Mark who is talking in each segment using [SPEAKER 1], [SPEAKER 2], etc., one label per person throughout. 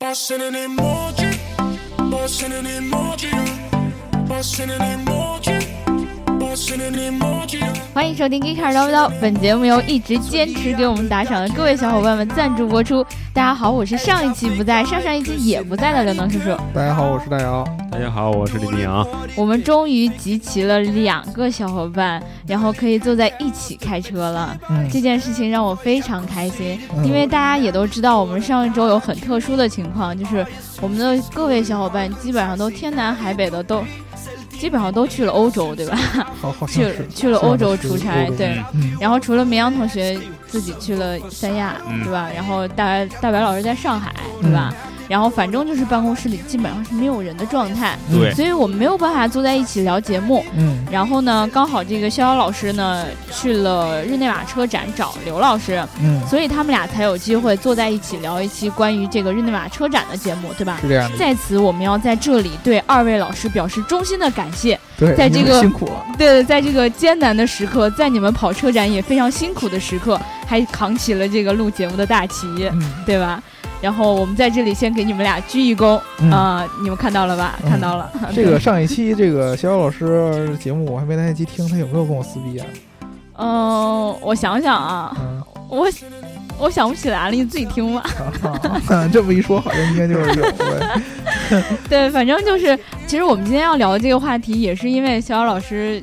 [SPEAKER 1] Bussin' an emoji, bussin' an emoji, bussin' an emoji, bussin' an emoji.
[SPEAKER 2] 欢迎收听《g e e k a r 叨不叨》，本节目由一直坚持给我们打赏的各位小伙伴们赞助播出。大家好，我是上一期不在、上上一期也不在的刘能叔叔。
[SPEAKER 3] 大家好，我是大姚。
[SPEAKER 4] 大家好，我是李啊 明阳。
[SPEAKER 2] 我们终于集齐了两个小伙伴，然后可以坐在一起开车了。
[SPEAKER 3] 嗯
[SPEAKER 2] 这件事情让我非常开心，
[SPEAKER 3] 嗯
[SPEAKER 2] 因为大家也都知道，我们上一周有很特殊的情况，就是我们的各位小伙伴基本上都天南海北的都，基本上都去了欧洲，对吧？
[SPEAKER 3] 好，好
[SPEAKER 2] 去
[SPEAKER 3] 像嗯是。啊
[SPEAKER 2] 去了欧洲出
[SPEAKER 3] 是
[SPEAKER 2] 差
[SPEAKER 3] 欧，洲
[SPEAKER 2] 对。
[SPEAKER 3] 嗯，
[SPEAKER 2] 然后除了绵阳同学自己去了三亚，
[SPEAKER 4] 嗯
[SPEAKER 2] 对吧？然后大白大白老师在上海，对吧？然后反正就是办公室里基本上是没有人的状态，
[SPEAKER 4] 对，
[SPEAKER 2] 所以我们没有办法坐在一起聊节目。
[SPEAKER 3] 嗯
[SPEAKER 2] 然后呢，刚好这个逍遥老师呢去了日内瓦车展找刘老师，
[SPEAKER 3] 嗯，
[SPEAKER 2] 所以他们俩才有机会坐在一起聊一期关于这个日内瓦车展的节目，对吧？
[SPEAKER 3] 是这样的。
[SPEAKER 2] 在此，我们要在这里对二位老师表示衷心的感谢。
[SPEAKER 3] 对，
[SPEAKER 2] 在这
[SPEAKER 3] 你们
[SPEAKER 2] 个
[SPEAKER 3] 辛苦了。
[SPEAKER 2] 对，在这个艰难的时刻，在你们跑车展也非常辛苦的时刻，还扛起了这个录节目的大旗，
[SPEAKER 3] 嗯
[SPEAKER 2] 对吧？然后我们在这里先给你们俩鞠一躬啊、
[SPEAKER 3] 嗯，
[SPEAKER 2] 你们看到了吧？
[SPEAKER 3] 嗯
[SPEAKER 2] 看到了。
[SPEAKER 3] 这个上一期这个逍遥老师节目我还没来得及听，他有没有跟我撕逼啊？
[SPEAKER 2] 嗯、我想想啊，
[SPEAKER 3] 嗯，
[SPEAKER 2] 我我想不起来了，你自己听吧。
[SPEAKER 3] 啊这么一说，好像 应该就是有。对
[SPEAKER 2] 对，反正就是，其实我们今天要聊的这个话题，也是因为小姚老师，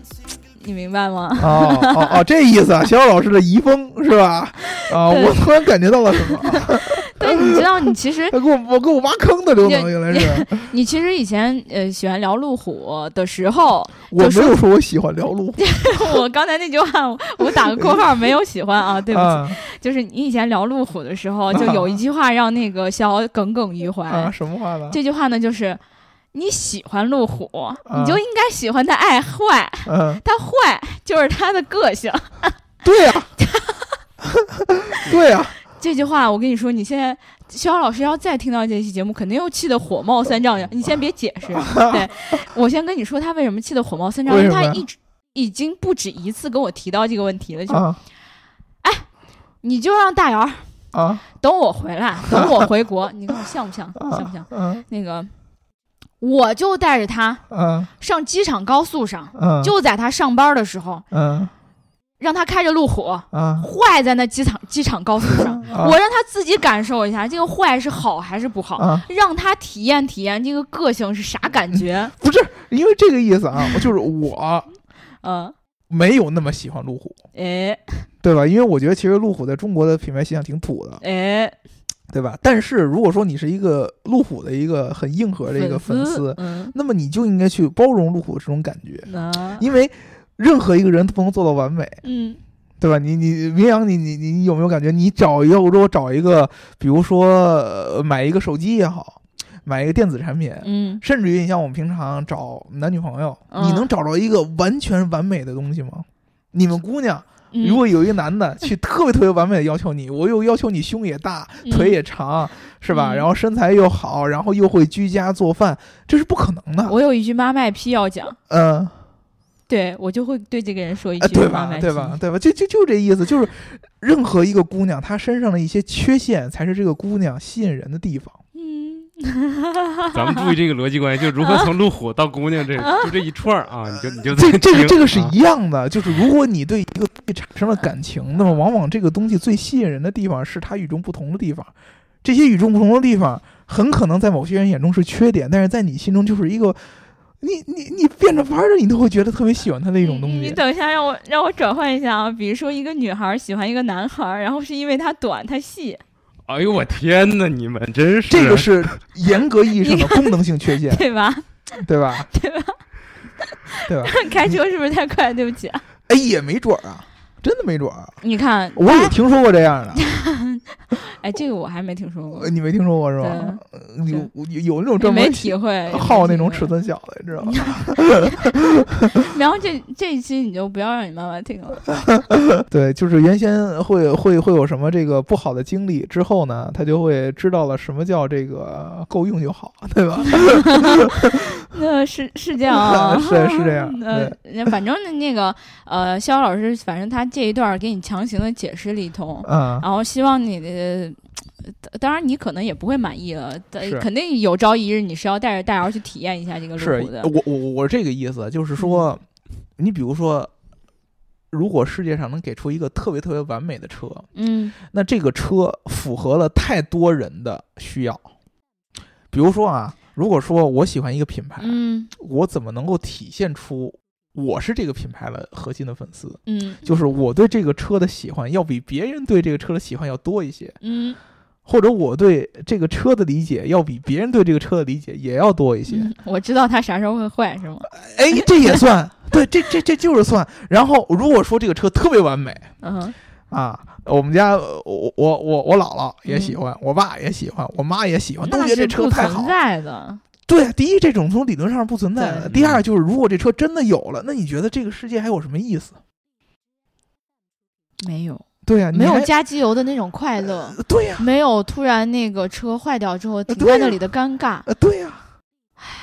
[SPEAKER 2] 你明白吗？
[SPEAKER 3] 哦哦 哦，这意思啊，逍遥老师的遗风是吧？啊，
[SPEAKER 2] 对
[SPEAKER 3] 我突然感觉到了什么？
[SPEAKER 2] 对，你知道，你其实
[SPEAKER 3] 他给我我给我挖坑的刘能 原来是，
[SPEAKER 2] 你其实以前呃喜欢聊路虎的时候，
[SPEAKER 3] 我
[SPEAKER 2] 就
[SPEAKER 3] 没
[SPEAKER 2] 说
[SPEAKER 3] 有说我喜欢聊路虎
[SPEAKER 2] 我刚才那句话，我我打个括号，没有喜欢 啊，对不起。
[SPEAKER 3] 啊
[SPEAKER 2] 就是你以前聊路虎的时 候，就有一句话让那个小姚耿耿于怀。
[SPEAKER 3] 啊，什么话呢？
[SPEAKER 2] 哎这句话呢，就是你喜欢路虎，
[SPEAKER 3] 啊
[SPEAKER 2] 你就应该喜欢它爱坏，
[SPEAKER 3] 嗯，
[SPEAKER 2] 它坏就是它的个性。
[SPEAKER 3] 对 呀，对呀，
[SPEAKER 2] 这句话，我跟你说，你现在逍遥老师要再听到这期节目，肯定又气得火冒三丈呀。你先别 解释，对我先跟你说他为什么气得火冒三丈，因
[SPEAKER 3] 为
[SPEAKER 2] 为
[SPEAKER 3] 什么
[SPEAKER 2] 他
[SPEAKER 3] 呀
[SPEAKER 2] 一直已经不止一次跟我提到这个问题了，就、
[SPEAKER 3] 啊
[SPEAKER 2] 你就让大姚儿
[SPEAKER 3] 啊。
[SPEAKER 2] 等我回来， 等我回国，你看我像不像？像不像？
[SPEAKER 3] 嗯
[SPEAKER 2] 那个，我就带着他
[SPEAKER 3] 嗯
[SPEAKER 2] 上机场高速上，
[SPEAKER 3] 嗯，
[SPEAKER 2] 就在他上班的时候，
[SPEAKER 3] 嗯
[SPEAKER 2] 让他开着路虎
[SPEAKER 3] 啊，
[SPEAKER 2] 坏在那机场机场高速 上，我让他自己感受一下这个坏是好还是不好，
[SPEAKER 3] 啊，
[SPEAKER 2] 让他体验体验这个个性是啥感 觉。
[SPEAKER 3] 不是因为这个意思啊， 我就是我
[SPEAKER 2] 嗯，
[SPEAKER 3] 没有那么喜欢路虎，
[SPEAKER 2] 哎
[SPEAKER 3] 对吧？因为我觉得其实路虎在中国的品牌形象挺土的，
[SPEAKER 2] 哎，
[SPEAKER 3] 对吧？但是如果说你是一个路虎的一个很硬核的一个粉丝，
[SPEAKER 2] 嗯，
[SPEAKER 3] 那么你就应该去包容路虎这种感觉，
[SPEAKER 2] 那
[SPEAKER 3] 因为任何一个人都不能做到完美。
[SPEAKER 2] 嗯
[SPEAKER 3] 对吧？你你绵阳，你你你有没有感觉？你找一个欧洲，找一个，比如说、呃买一个手机也好，买一个电子产品，
[SPEAKER 2] 嗯，
[SPEAKER 3] 甚至于你像我们平常找男女朋友，
[SPEAKER 2] 嗯
[SPEAKER 3] 你能找着一个完全完美的东西吗？你们姑娘，
[SPEAKER 2] 嗯
[SPEAKER 3] 如果有一个男的去特别特别完美的要求你，我又要求你胸也大、
[SPEAKER 2] 嗯
[SPEAKER 3] 腿也长，是吧？
[SPEAKER 2] 嗯
[SPEAKER 3] 然后身材又好，然后又会居家做饭，这是不可能的。
[SPEAKER 2] 我有一句妈卖批要讲，
[SPEAKER 3] 嗯、
[SPEAKER 2] 对我就会对这个人说一
[SPEAKER 3] 啊，
[SPEAKER 2] 句
[SPEAKER 3] 对
[SPEAKER 2] 妈
[SPEAKER 3] 吧
[SPEAKER 2] 卖？批，
[SPEAKER 3] 对吧？？对吧？就就就这意思，就是任何一个姑娘，她身上的一些缺陷，才是这个姑娘吸引人的地方。
[SPEAKER 2] 嗯。
[SPEAKER 4] 咱们注意这个逻辑关系，就如何从路虎到 姑娘这，就这一串儿啊，你就你就
[SPEAKER 3] 这
[SPEAKER 4] 在
[SPEAKER 3] 这个
[SPEAKER 4] 听
[SPEAKER 3] 这个是
[SPEAKER 4] 啊
[SPEAKER 3] 一样的，就是如果你对一个东西产生了感情，那么往往这个东西最吸引人的地方是它与众不同的地方。这些与众不同的地方，很可能在某些人眼中是缺点，但是在你心中就是一个，你你你变着法儿的，你都会觉得特别喜欢它的一种东
[SPEAKER 2] 你
[SPEAKER 3] 西。
[SPEAKER 2] 等一下，让我让我转换一下啊。比如说，一个女孩儿喜欢一个男孩儿，然后是因为他短，他细。
[SPEAKER 4] 哎呦我天哪，你们真是
[SPEAKER 3] 这个是严格意义上的功能性缺陷，
[SPEAKER 2] 对吧？
[SPEAKER 3] 对吧？对吧？对吧？
[SPEAKER 2] 开车是不是太快？对不起啊，
[SPEAKER 3] 哎，也没准儿啊，真的没准儿啊。
[SPEAKER 2] 你看，
[SPEAKER 3] 我也听说过这 样的，
[SPEAKER 2] 哎，这个我还没听说过
[SPEAKER 3] 呃，你没听说过是吧？呃有有有那种
[SPEAKER 2] 也
[SPEAKER 3] 专
[SPEAKER 2] 没
[SPEAKER 3] 门
[SPEAKER 2] 体会。也没
[SPEAKER 3] 好
[SPEAKER 2] 体
[SPEAKER 3] 那种
[SPEAKER 2] 会
[SPEAKER 3] 尺。寸小的，你知道吗？
[SPEAKER 2] 然后这这一期你就不要让你妈妈听了。
[SPEAKER 3] 对，就是原先会会会有什么这个不好的经历，之后呢，他就会知道了什么叫这个够用就好，对吧？
[SPEAKER 2] 那是是这样啊
[SPEAKER 3] ，是是这样
[SPEAKER 2] 呃，那反正那那个呃，肖老师，反正他这一段儿给你强行的解释了一通，
[SPEAKER 3] 啊
[SPEAKER 2] 然后希望你的呃当然你可能也不会满意了，但
[SPEAKER 3] 是
[SPEAKER 2] 肯定有朝一日你是要带着大姚去体验一下这个
[SPEAKER 3] 是
[SPEAKER 2] 路虎的。嗯
[SPEAKER 3] 我我我这个意思，就是说，你比如说，如果世界上能给出一个特别特别完美的车，
[SPEAKER 2] 嗯
[SPEAKER 3] 那这个车符合了太多人的需要。比如说啊，如果说我喜欢一个品牌，
[SPEAKER 2] 嗯
[SPEAKER 3] 我怎么能够体现出我是这个品牌的核心的粉丝？
[SPEAKER 2] 嗯
[SPEAKER 3] 就是我对这个车的喜欢要比别人对这个车的喜欢要多一些，
[SPEAKER 2] 嗯，
[SPEAKER 3] 或者我对这个车的理解要比别人对这个车的理解也要多一些。
[SPEAKER 2] 嗯我知道它啥时候会坏是吗？
[SPEAKER 3] 哎，这也算对，这这这就是算。然后如果说这个车特别完美
[SPEAKER 2] 嗯
[SPEAKER 3] 啊，我们家呃我我我我姥姥也喜欢，我爸也喜欢，我妈也喜欢，
[SPEAKER 2] 哼，
[SPEAKER 3] 都
[SPEAKER 2] 嗯那
[SPEAKER 3] 觉得这
[SPEAKER 2] 是
[SPEAKER 3] 车
[SPEAKER 2] 不
[SPEAKER 3] 太
[SPEAKER 2] 存
[SPEAKER 3] 好。
[SPEAKER 2] 在的。
[SPEAKER 3] 对，第一这种从理论上是不存在的，
[SPEAKER 4] 对
[SPEAKER 3] 第
[SPEAKER 2] 嗯
[SPEAKER 3] 二就是如果这车真的有了，那你觉得这个世界还有什么意思？
[SPEAKER 2] 没有，
[SPEAKER 3] 对呀、你
[SPEAKER 5] 没有
[SPEAKER 3] 还
[SPEAKER 5] 加机油的那种快 乐，
[SPEAKER 3] 对呀、
[SPEAKER 5] 没有突然那个车坏掉之后停
[SPEAKER 3] 对呀
[SPEAKER 5] 在那里的尴尬。
[SPEAKER 3] 啊，对呀、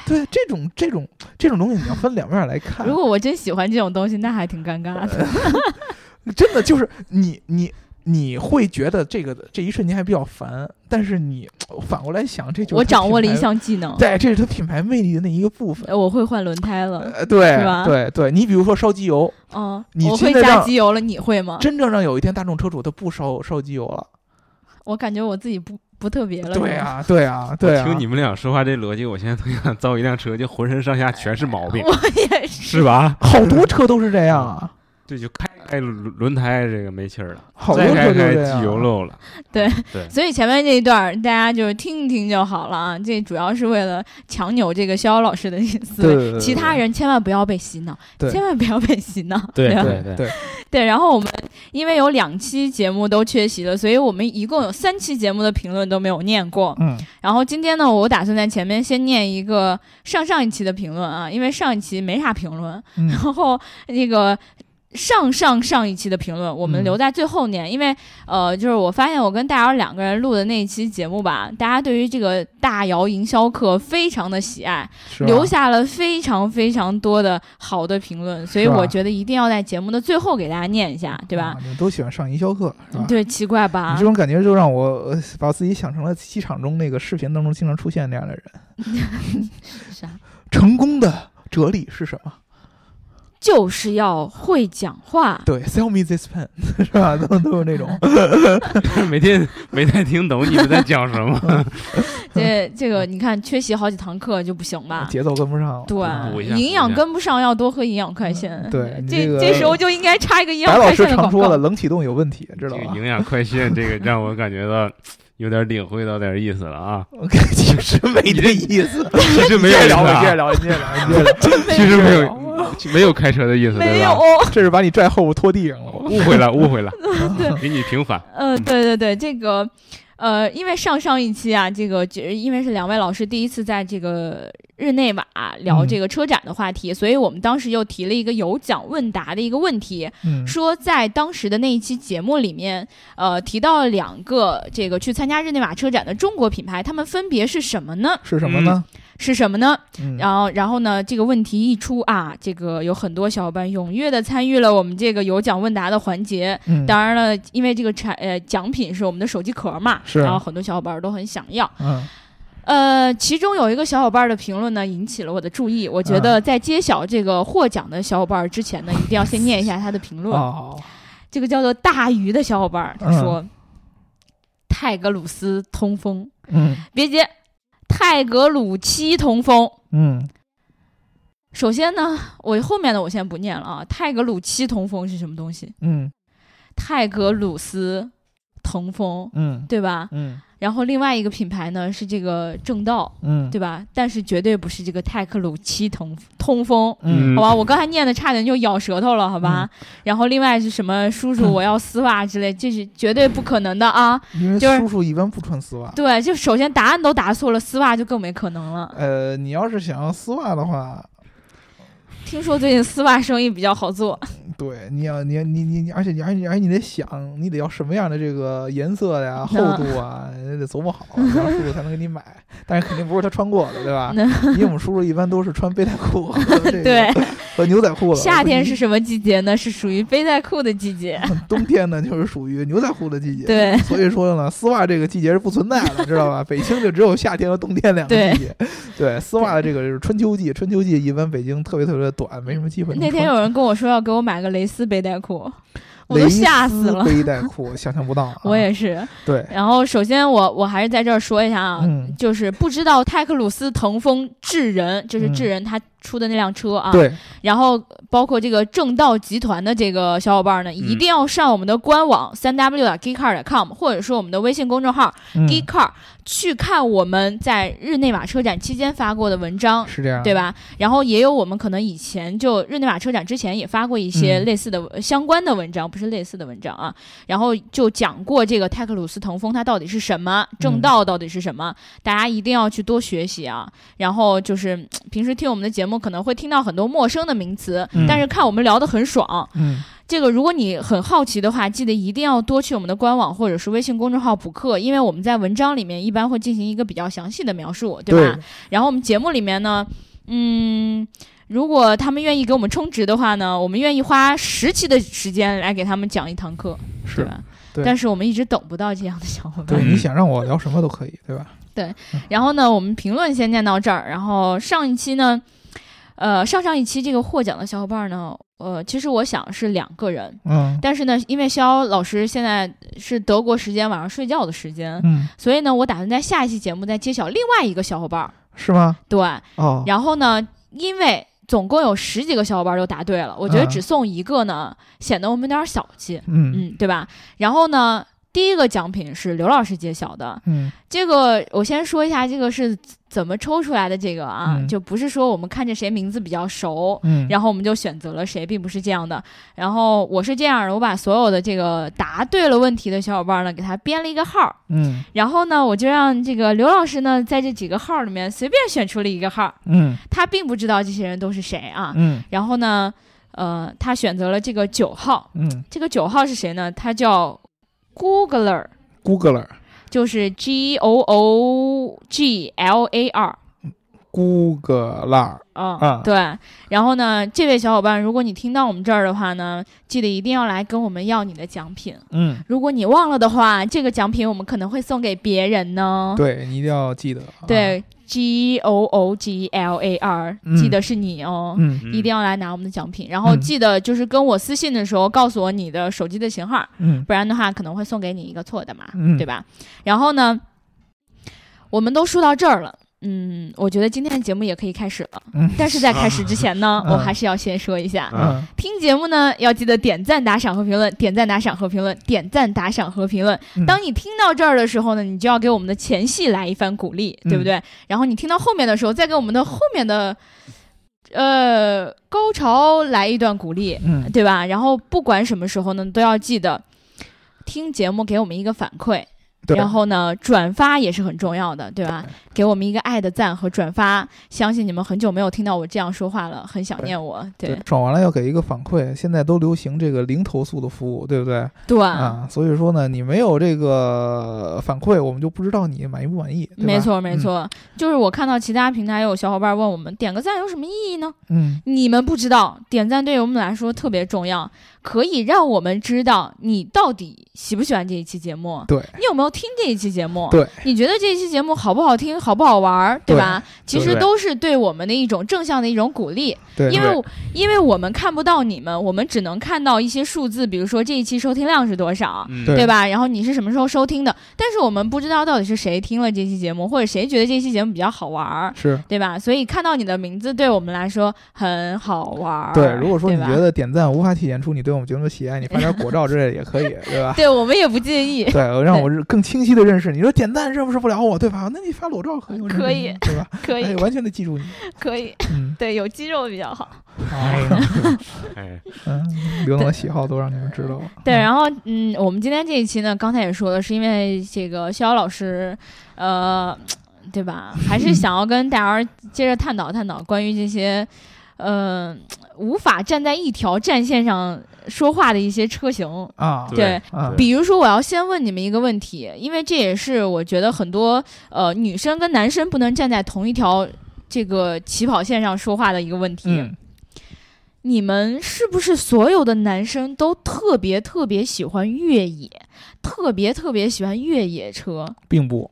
[SPEAKER 3] 对这种这种这种东西，你要分两面来看
[SPEAKER 2] 如。果我真喜欢这种东西，那还挺尴尬
[SPEAKER 3] 哎
[SPEAKER 2] 的。
[SPEAKER 3] 真的就是你你你会觉得这个这一瞬间还比较烦，但是你反过来想，这就是
[SPEAKER 2] 我
[SPEAKER 3] 它
[SPEAKER 2] 掌握了
[SPEAKER 3] 品
[SPEAKER 2] 一
[SPEAKER 3] 牌，
[SPEAKER 2] 项技能，
[SPEAKER 3] 对，这是它品牌魅力的那一个部分。
[SPEAKER 2] 呃我会换轮胎了。
[SPEAKER 3] 呃，对
[SPEAKER 2] 是吧
[SPEAKER 3] 对对，你比如说烧机油，
[SPEAKER 2] 嗯，
[SPEAKER 3] 你
[SPEAKER 2] 我
[SPEAKER 3] 现
[SPEAKER 2] 会
[SPEAKER 3] 在
[SPEAKER 2] 加
[SPEAKER 3] 让
[SPEAKER 2] 机油了，你会吗？
[SPEAKER 3] 真正让有一天大众车主他不烧烧机油了，
[SPEAKER 2] 我感觉我自己不不特别了。
[SPEAKER 3] 对
[SPEAKER 2] 是吧，
[SPEAKER 3] 啊对啊对啊，
[SPEAKER 4] 听你们俩说话这逻辑，我现在特想造一辆车，就浑身上下全是 毛病，
[SPEAKER 2] 我也是。
[SPEAKER 4] 是吧？
[SPEAKER 3] 好多车都是这样啊，
[SPEAKER 4] 这就开开轮轮胎这个没气儿了，
[SPEAKER 3] 好多
[SPEAKER 4] 再
[SPEAKER 3] 车都
[SPEAKER 4] 开
[SPEAKER 3] 是
[SPEAKER 4] 开
[SPEAKER 3] 这样。啊
[SPEAKER 4] 机油漏了，
[SPEAKER 2] 所以前面这一段儿大家就是听一听就好了啊，这主要是为了强扭这个逍遥老师的思
[SPEAKER 3] 对
[SPEAKER 2] 维。
[SPEAKER 3] 对对，
[SPEAKER 2] 其他人千万不要被洗脑，
[SPEAKER 3] 对
[SPEAKER 2] 千万不要被洗脑。
[SPEAKER 4] 对
[SPEAKER 2] 吧
[SPEAKER 3] 对对
[SPEAKER 2] 对，然后我们因为有两期节目都缺席了，所以我们一共有三期节目的评论都没有念过。
[SPEAKER 3] 嗯
[SPEAKER 2] 然后今天呢，我打算在前面先念一个上上一期的评论啊，因为上一期没啥评论，
[SPEAKER 3] 嗯
[SPEAKER 2] 然后那个。上上上一期的评论，我们
[SPEAKER 3] 嗯
[SPEAKER 2] 留在最后念，因为呃，就是我发现我跟大姚两个人录的那一期节目吧，大家对于这个大姚营销课非常的喜爱，
[SPEAKER 3] 是吧
[SPEAKER 2] 留下了非常非常多的好的评论，所以
[SPEAKER 3] 是吧
[SPEAKER 2] 我觉得一定要在节目的最后给大家念一下，对吧嗯
[SPEAKER 3] 啊？你们都喜欢上营销课是吧？
[SPEAKER 2] 对，啊奇怪
[SPEAKER 3] 啊你
[SPEAKER 2] 吧
[SPEAKER 3] 这？种感觉就让我呃把自己想成了机场中那个视频当中经常出现那样的人。
[SPEAKER 2] 啥
[SPEAKER 3] 成功的哲理是什么？
[SPEAKER 2] 就是要会讲 话。
[SPEAKER 3] 对，sell me this pen，是 吧？都都有那种，
[SPEAKER 4] 对，每天没太听懂你们在讲什么。
[SPEAKER 2] 这这个你看，缺席好几堂课就不行吧？
[SPEAKER 3] 节奏跟不上。
[SPEAKER 4] 补
[SPEAKER 2] 啊对，
[SPEAKER 4] 一下
[SPEAKER 2] 营养跟不上，要多喝营养快线。
[SPEAKER 3] 嗯对你这
[SPEAKER 2] 这
[SPEAKER 3] 个
[SPEAKER 2] 时候就应该插一个营养
[SPEAKER 3] 白老
[SPEAKER 2] 快
[SPEAKER 3] 师
[SPEAKER 2] 线的
[SPEAKER 3] 常
[SPEAKER 2] 广
[SPEAKER 3] 说了，
[SPEAKER 2] 告。
[SPEAKER 3] 冷启动有问题， 知
[SPEAKER 4] 这
[SPEAKER 3] 道
[SPEAKER 4] 个
[SPEAKER 3] 吧
[SPEAKER 4] 营？养快线，这个让我感觉到有点领会到点意思 了啊。
[SPEAKER 3] 其实没 这意思。
[SPEAKER 2] 啊
[SPEAKER 4] 其实没
[SPEAKER 3] 你
[SPEAKER 4] 有
[SPEAKER 3] 接着
[SPEAKER 4] 意思
[SPEAKER 3] 聊吧，你接着
[SPEAKER 4] 啊，
[SPEAKER 3] 聊，你接着聊，你接着聊。
[SPEAKER 4] 其实没有没有开车的意思，
[SPEAKER 2] 没
[SPEAKER 4] 对
[SPEAKER 2] 有
[SPEAKER 4] 吧？，
[SPEAKER 3] 这是把你拽后边拖地上了。 我
[SPEAKER 4] 误会了，误会了， 给你平反。
[SPEAKER 2] 呃，对对对，这个。呃，因为上上一期啊，这个只因为是两位老师第一次在这个日内瓦聊
[SPEAKER 3] 嗯
[SPEAKER 2] 这个车展的话题，所以我们当时又提了一个有奖问答的一个问题，
[SPEAKER 3] 嗯
[SPEAKER 2] 说在当时的那一期节目里面，呃，提到了两个这个去参加日内瓦车展的中国品牌，他们分别是什么呢？
[SPEAKER 3] 是什么呢？
[SPEAKER 2] 是什么呢？
[SPEAKER 3] 嗯
[SPEAKER 2] 然后，然后呢，这个问题一出啊，这个有很多小伙伴踊跃的参与了我们这个有奖问答的环节。
[SPEAKER 3] 嗯
[SPEAKER 2] 当然了，因为这个产呃奖品是我们的手机壳嘛，
[SPEAKER 3] 是
[SPEAKER 2] 然后很多小伙伴都很想要。
[SPEAKER 3] 嗯
[SPEAKER 2] 呃，其中有一个小伙伴的评论呢，引起了我的注意。我
[SPEAKER 3] 嗯
[SPEAKER 2] 觉得在揭晓这个获奖的小伙伴之前呢，一定要先念一下他的评论。
[SPEAKER 3] 哦，嗯
[SPEAKER 2] 这个叫做大鱼的小伙伴儿，他说：“泰格鲁斯通风，
[SPEAKER 3] 嗯
[SPEAKER 2] 别急，泰格鲁七通风。
[SPEAKER 3] 嗯
[SPEAKER 2] 首先呢，我后面的我先不念了啊。泰格鲁七通风是什么东西？
[SPEAKER 3] 嗯
[SPEAKER 2] 泰格鲁斯腾风，
[SPEAKER 3] 嗯
[SPEAKER 2] 对吧？
[SPEAKER 3] 嗯
[SPEAKER 2] 然后另外一个品牌呢是这个正道，
[SPEAKER 3] 嗯
[SPEAKER 2] 对吧？但是绝对不是这个泰格鲁七通通风。
[SPEAKER 3] 嗯
[SPEAKER 2] 好吧，我刚才念的差点就咬舌头了，好吧。然后另外是什么叔叔，我要丝袜之类，这是绝对不可能的啊！
[SPEAKER 3] 因为
[SPEAKER 2] 就是
[SPEAKER 3] 叔叔一般不穿丝袜。
[SPEAKER 2] 对，就首先答案都答错了，丝袜就更没可能了。
[SPEAKER 3] 呃，你要是想要丝袜的话，
[SPEAKER 2] 听说最近丝袜生意比较好做，
[SPEAKER 3] 对，你 要你你你，而且你而且你而且你得想，你得要什么样的这个颜色呀、厚
[SPEAKER 2] 那
[SPEAKER 3] 度啊，那得琢磨好，然后叔叔才能给你买。但是肯定不是他穿过的，对吧？因为我们叔叔一般都是穿背带 裤和这个
[SPEAKER 2] 对，
[SPEAKER 3] 和牛仔裤的。
[SPEAKER 2] 夏天
[SPEAKER 3] 不
[SPEAKER 2] 是什么季节呢？是属于背带裤的季节。
[SPEAKER 3] 一， 冬天呢就是属于牛仔裤的季节。
[SPEAKER 2] 对，
[SPEAKER 3] 所以说呢，丝袜这个季节是不存在的，知道吧？北京就只有夏天和冬天两个
[SPEAKER 2] 对
[SPEAKER 3] 季节。对，丝袜的这个就是春秋季，春秋季一般北京特别特别的短，没什么机会能
[SPEAKER 2] 那
[SPEAKER 3] 穿。
[SPEAKER 2] 天有人跟我说要给我买个蕾丝背带裤，我
[SPEAKER 3] 蕾
[SPEAKER 2] 都吓
[SPEAKER 3] 丝
[SPEAKER 2] 死了。
[SPEAKER 3] 背带裤想象不到、啊。
[SPEAKER 2] 我也是，
[SPEAKER 3] 对，
[SPEAKER 2] 然后首先我我还是在这儿说一下啊，
[SPEAKER 3] 嗯
[SPEAKER 2] 就是不知道泰克鲁斯腾风智人，就是
[SPEAKER 3] 嗯
[SPEAKER 2] 智人他出的那辆车啊，
[SPEAKER 3] 对，
[SPEAKER 2] 然后包括这个正道集团的这个小伙伴
[SPEAKER 3] 嗯
[SPEAKER 2] 呢，一定要上我们的官网三 w 点 geekcar 点 com，或者说我们的微信公众号
[SPEAKER 3] 嗯
[SPEAKER 2] geekcar 去看我们在日内瓦车展期间发过的文章。
[SPEAKER 3] 是这样，
[SPEAKER 2] 对？吧？然后也有我们可能以前就日内瓦车展之前也发过一些
[SPEAKER 3] 嗯
[SPEAKER 2] 类似的、相关的文章，不是类似的文章啊。然后就讲过这个泰克鲁斯腾风它到底是什么，
[SPEAKER 3] 嗯
[SPEAKER 2] 正道到底是什么，大家一定要去多学习啊。然后就是嗯平时听我们的节目可能会听到很多陌生的名词，
[SPEAKER 3] 嗯
[SPEAKER 2] 但是看我们聊得很爽。
[SPEAKER 3] 嗯，
[SPEAKER 2] 这个如果你很好奇的话，记得一定要多去我们的官网或者是微信公众号补课，因为我们在文章里面一般会进行一个比较详细的描述，对吧？
[SPEAKER 3] 对，
[SPEAKER 2] 然后我们节目里面呢，嗯，如果他们愿意给我们充值的话呢，我们愿意花十期的时间来给他们讲一堂课，对
[SPEAKER 3] 是。
[SPEAKER 2] 吧？
[SPEAKER 3] 对
[SPEAKER 2] 但是我们一直等不到这样的小伙伴
[SPEAKER 3] 对，。
[SPEAKER 4] 嗯
[SPEAKER 3] 你想让我聊什么都可以，对吧？
[SPEAKER 2] 然后呢，我们评论先念到这儿。然后上一期呢，呃，上上一期这个获奖的小伙伴呢，呃，其实我想是两个人。
[SPEAKER 3] 嗯
[SPEAKER 2] 但是呢，因为肖老师现在是德国时间晚上睡觉的时间，
[SPEAKER 3] 嗯，
[SPEAKER 2] 所以呢，我打算在下一期节目再揭晓另外一个小伙伴儿。
[SPEAKER 3] 是吗？
[SPEAKER 2] 对，
[SPEAKER 3] 哦，
[SPEAKER 2] 然后呢，因为总共有十几个小伙伴都答对了，我觉得
[SPEAKER 3] 嗯
[SPEAKER 2] 只送一个呢，显得我们有点小气，
[SPEAKER 3] 嗯
[SPEAKER 2] 嗯，对吧？然后呢，第一个奖品是刘老师揭晓的，
[SPEAKER 3] 嗯
[SPEAKER 2] 这个我先说一下，这个是怎么抽出来的？这个啊，
[SPEAKER 3] 嗯
[SPEAKER 2] 就不是说我们看着谁名字比较熟。
[SPEAKER 3] 嗯，
[SPEAKER 2] 然后我们就选择了谁，并不是这样的。然后我是这样的，我把所有的这个答对了问题的小伙伴呢，给他编了一个号儿，
[SPEAKER 3] 嗯
[SPEAKER 2] 然后呢，我就让这个刘老师呢，在这几个号儿里面随便选出了一个号儿，
[SPEAKER 3] 嗯
[SPEAKER 2] 他并不知道这些人都是谁啊。
[SPEAKER 3] 嗯
[SPEAKER 2] 然后呢，呃，他选择了这个九号，
[SPEAKER 3] 嗯
[SPEAKER 2] 这个九号是谁呢？他叫 Googler，
[SPEAKER 3] ，Googler
[SPEAKER 2] 就是 G O O G L A R。
[SPEAKER 3] Googler
[SPEAKER 2] 嗯，
[SPEAKER 3] 啊
[SPEAKER 2] 对。然后呢，这位小伙伴，如果你听到我们这儿的话呢，记得一定要来跟我们要你的奖品。
[SPEAKER 3] 嗯，
[SPEAKER 2] 如果你忘了的话，这个奖品我们可能会送给别人呢。
[SPEAKER 3] 对你一定要记得。啊，
[SPEAKER 2] 哦对 G O O G L A R，、
[SPEAKER 3] 嗯
[SPEAKER 2] 记得是你哦。
[SPEAKER 3] 嗯
[SPEAKER 2] 一定要来拿我们的奖品，然后记得就是跟我私信的时候告诉我你的手机的型号，
[SPEAKER 3] 嗯
[SPEAKER 2] 不然的话可能会送给你一个错的嘛，
[SPEAKER 3] 嗯
[SPEAKER 2] 对吧？然后呢，我们都说到这儿了，嗯，我觉得今天的节目也可以开始了。
[SPEAKER 3] 嗯
[SPEAKER 2] 但是在开始之前呢，
[SPEAKER 3] 啊
[SPEAKER 2] 我还是要先说一下，
[SPEAKER 4] 啊
[SPEAKER 3] 嗯，
[SPEAKER 2] 听节目呢要记得点赞、打赏和评论，点赞、打赏和评论，点赞、打赏和评论。
[SPEAKER 3] 嗯
[SPEAKER 2] 当你听到这儿的时候呢，你就要给我们的前戏来一番鼓励，
[SPEAKER 3] 嗯
[SPEAKER 2] 对不对？然后你听到后面的时候，再给我们的后面的呃高潮来一段鼓励，
[SPEAKER 3] 嗯
[SPEAKER 2] 对吧？然后不管什么时候呢，都要记得听节目给我们一个反馈。
[SPEAKER 3] 对，
[SPEAKER 2] 然后呢，转发也是很重要的，对吧？给我们一个爱的赞和转发，相信你们很久没有听到我这样说话了，很想
[SPEAKER 3] 对
[SPEAKER 2] 念我，
[SPEAKER 3] 对，爽完了要给一个反馈。现在都流行这个零投诉的服务，对不对？
[SPEAKER 2] 对
[SPEAKER 3] 啊，所以说呢，你没有这个反馈，我们就不知道你满意不满意。对吧嗯
[SPEAKER 2] 没错，没，错，就是我看到其他平台有小伙伴问我们点个赞有什么意义呢？
[SPEAKER 3] 嗯
[SPEAKER 2] 你们不知道，点赞对于我们来说特别重要，可以让我们知道你到底喜不喜欢这一期节目
[SPEAKER 3] 嗯，，对，
[SPEAKER 2] 你有没有听这一期节目？
[SPEAKER 3] 对，
[SPEAKER 2] 你觉得这一期节目好不好听，好不好玩儿，
[SPEAKER 3] 对
[SPEAKER 2] 吧？其
[SPEAKER 4] 对
[SPEAKER 2] 实
[SPEAKER 4] 对
[SPEAKER 2] 都是对我们的一种正向的一种鼓励，
[SPEAKER 3] 对，
[SPEAKER 2] 因
[SPEAKER 3] 对
[SPEAKER 2] 为我因为我们看不到你们，我们只能看到一些数字，比如说这一期收听量是多少，
[SPEAKER 4] 嗯
[SPEAKER 3] 对
[SPEAKER 2] 对吧？然后你是什么时候收听的？但是我们不知道到底是谁听了这期节目，或者谁觉得这期节目比较好玩儿，
[SPEAKER 3] 是
[SPEAKER 2] 对吧？所以看到你的名字，对我们来说很好玩儿。
[SPEAKER 3] 对，如果说你
[SPEAKER 2] 对吧
[SPEAKER 3] 觉得点赞无法体现出你对我们节目的喜爱，你发点果照之类的也可以，对 吧？
[SPEAKER 2] 对我们也不介 意。
[SPEAKER 3] 对，我让我认更清晰的认识你。说点赞认识不了我，对吧？那你发裸照可以，我认识
[SPEAKER 2] 可
[SPEAKER 3] 你
[SPEAKER 2] 以
[SPEAKER 3] 对吧？
[SPEAKER 2] 可
[SPEAKER 3] 哎，
[SPEAKER 2] 以，
[SPEAKER 3] 完全的 记住你。
[SPEAKER 2] 可以，
[SPEAKER 3] 嗯，
[SPEAKER 2] 对，有肌肉比较好。
[SPEAKER 3] 哎，
[SPEAKER 4] 哎，
[SPEAKER 3] 嗯，刘总的喜好都让你们知道了。
[SPEAKER 2] 对，然后嗯，我们今天这一期呢，刚才也说了，是因为这个逍遥老师，呃，对吧？还是想要跟大家接着探讨探讨关于这些呃无法站在一条战线上说话的一些车型。
[SPEAKER 3] 啊，
[SPEAKER 2] 对
[SPEAKER 3] 啊
[SPEAKER 2] 比如说，我要先问你们一个问题，因为这也是我觉得很多呃女生跟男生不能站在同一条这个起跑线上说话的一个问题。
[SPEAKER 3] 嗯，
[SPEAKER 2] 你们是不是所有的男生都特别特别喜欢越野，特别特别喜欢越野车，
[SPEAKER 3] 并不，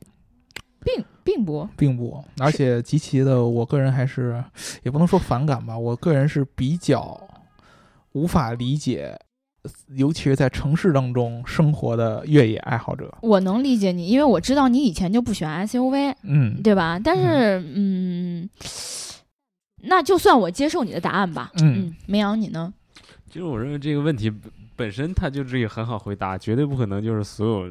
[SPEAKER 2] 并并不
[SPEAKER 3] 并不，而且极其的，我个人还是也不能说反感吧，我个人是比较无法理解，尤其是在城市当中生活的越野爱好者。
[SPEAKER 2] 我能理解你，因为我知道你以前就不喜欢 SUV，
[SPEAKER 3] 嗯，
[SPEAKER 2] 对吧？但是，嗯，那就算我接受你的答案吧。
[SPEAKER 3] 嗯，
[SPEAKER 2] 梅阳你呢？
[SPEAKER 4] 其实我认为这个问题本本身它就是一个很好回答，绝对不可能就是所有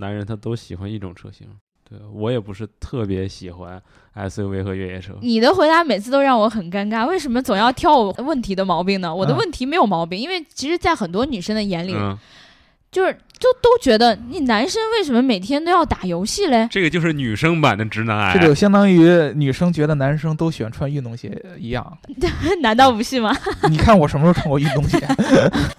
[SPEAKER 4] 男人他都喜欢一种车型。对我也不是特别喜欢 SUV 和越野车，
[SPEAKER 2] 你的回答每次都让我很尴尬，为什么总要挑我问题的毛病呢？我的
[SPEAKER 3] 嗯
[SPEAKER 2] 问题没有毛病，因为其实，在很多女生的眼里，
[SPEAKER 4] 嗯，
[SPEAKER 2] 就是就都觉得你男生为什么每天都要打游戏嘞？
[SPEAKER 4] 这个就是女生版的直男癌。
[SPEAKER 3] 这就相当于女生觉得男生都喜欢穿运动鞋 一样。
[SPEAKER 2] 难道不是吗？
[SPEAKER 3] 你看我什么时候穿过运动鞋？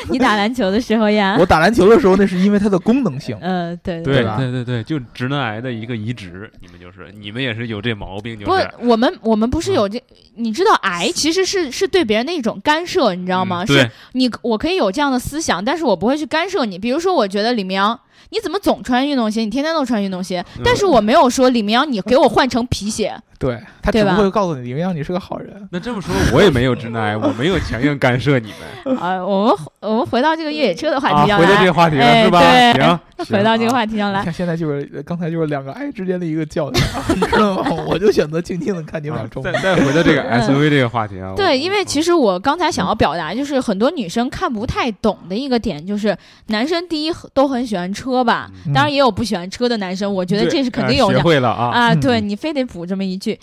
[SPEAKER 2] 你打篮球的时候呀？
[SPEAKER 3] 我打篮球的时候，那是因为它的功 能性。
[SPEAKER 2] 呃，对
[SPEAKER 4] 对
[SPEAKER 3] 吧
[SPEAKER 4] 对对对，就直男癌的一个移植，你们就是你们也是有这嗯毛病，就
[SPEAKER 2] 不
[SPEAKER 4] 是，
[SPEAKER 2] 我们我们不是有这，你知道癌其实是是对别人的一种干涉，你知道吗？
[SPEAKER 4] 嗯
[SPEAKER 2] 是
[SPEAKER 4] 对，
[SPEAKER 2] 你我可以有这样的思想，但是我不会去干涉你。比如说，我觉得李明阳，你怎么总穿运动鞋？你天天都穿运动鞋，
[SPEAKER 4] 嗯
[SPEAKER 2] 但是我没有说李明阳，你给我换成皮鞋。
[SPEAKER 3] 对，他
[SPEAKER 2] 对
[SPEAKER 3] 只
[SPEAKER 2] 吧
[SPEAKER 3] 不会告诉你，明阳你是个好人。
[SPEAKER 4] 那这么说我也没有直男癌，我没有强硬干涉你们。
[SPEAKER 2] 啊，我们我们回到这个越野车的话
[SPEAKER 4] 啊，
[SPEAKER 2] 题上
[SPEAKER 4] 回到这
[SPEAKER 2] 来，
[SPEAKER 4] 个话题了
[SPEAKER 2] 哎
[SPEAKER 4] 是吧？行，
[SPEAKER 2] 回到这个
[SPEAKER 4] 题，啊
[SPEAKER 2] 话题上
[SPEAKER 3] 你
[SPEAKER 2] 来。
[SPEAKER 3] 看现在就是刚才就是两个爱之间的一个较量，你知道 吗？我就选择静静的看你们俩
[SPEAKER 4] 啊
[SPEAKER 3] 冲突
[SPEAKER 4] 再。再回到这个
[SPEAKER 2] 嗯
[SPEAKER 4] SUV 这个话题啊。我
[SPEAKER 2] 对，因为其
[SPEAKER 4] 嗯
[SPEAKER 2] 实我刚才想要表达，就是很多女生看不太懂的一个点，就是男生第一都很喜欢车吧，
[SPEAKER 3] 嗯
[SPEAKER 2] 当然也有不喜欢车的男生，我觉得
[SPEAKER 4] 对
[SPEAKER 2] 这是肯
[SPEAKER 4] 呃
[SPEAKER 2] 定有
[SPEAKER 4] 学
[SPEAKER 2] 的
[SPEAKER 4] 会了啊，
[SPEAKER 2] 啊。
[SPEAKER 3] 嗯
[SPEAKER 2] 对你非得补这么一句，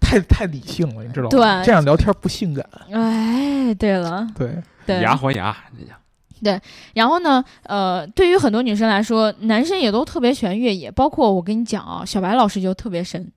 [SPEAKER 3] 太太理性了，你知道吗？
[SPEAKER 4] 哦
[SPEAKER 2] 对
[SPEAKER 3] 这样聊天不性感。
[SPEAKER 2] 哎，对了，
[SPEAKER 3] 对，
[SPEAKER 2] 对，
[SPEAKER 4] 牙还牙，
[SPEAKER 2] 然后呢，呃，对于很多女生来说，男生也都特别喜欢越野，包括我跟你讲啊，小白老师就特别神。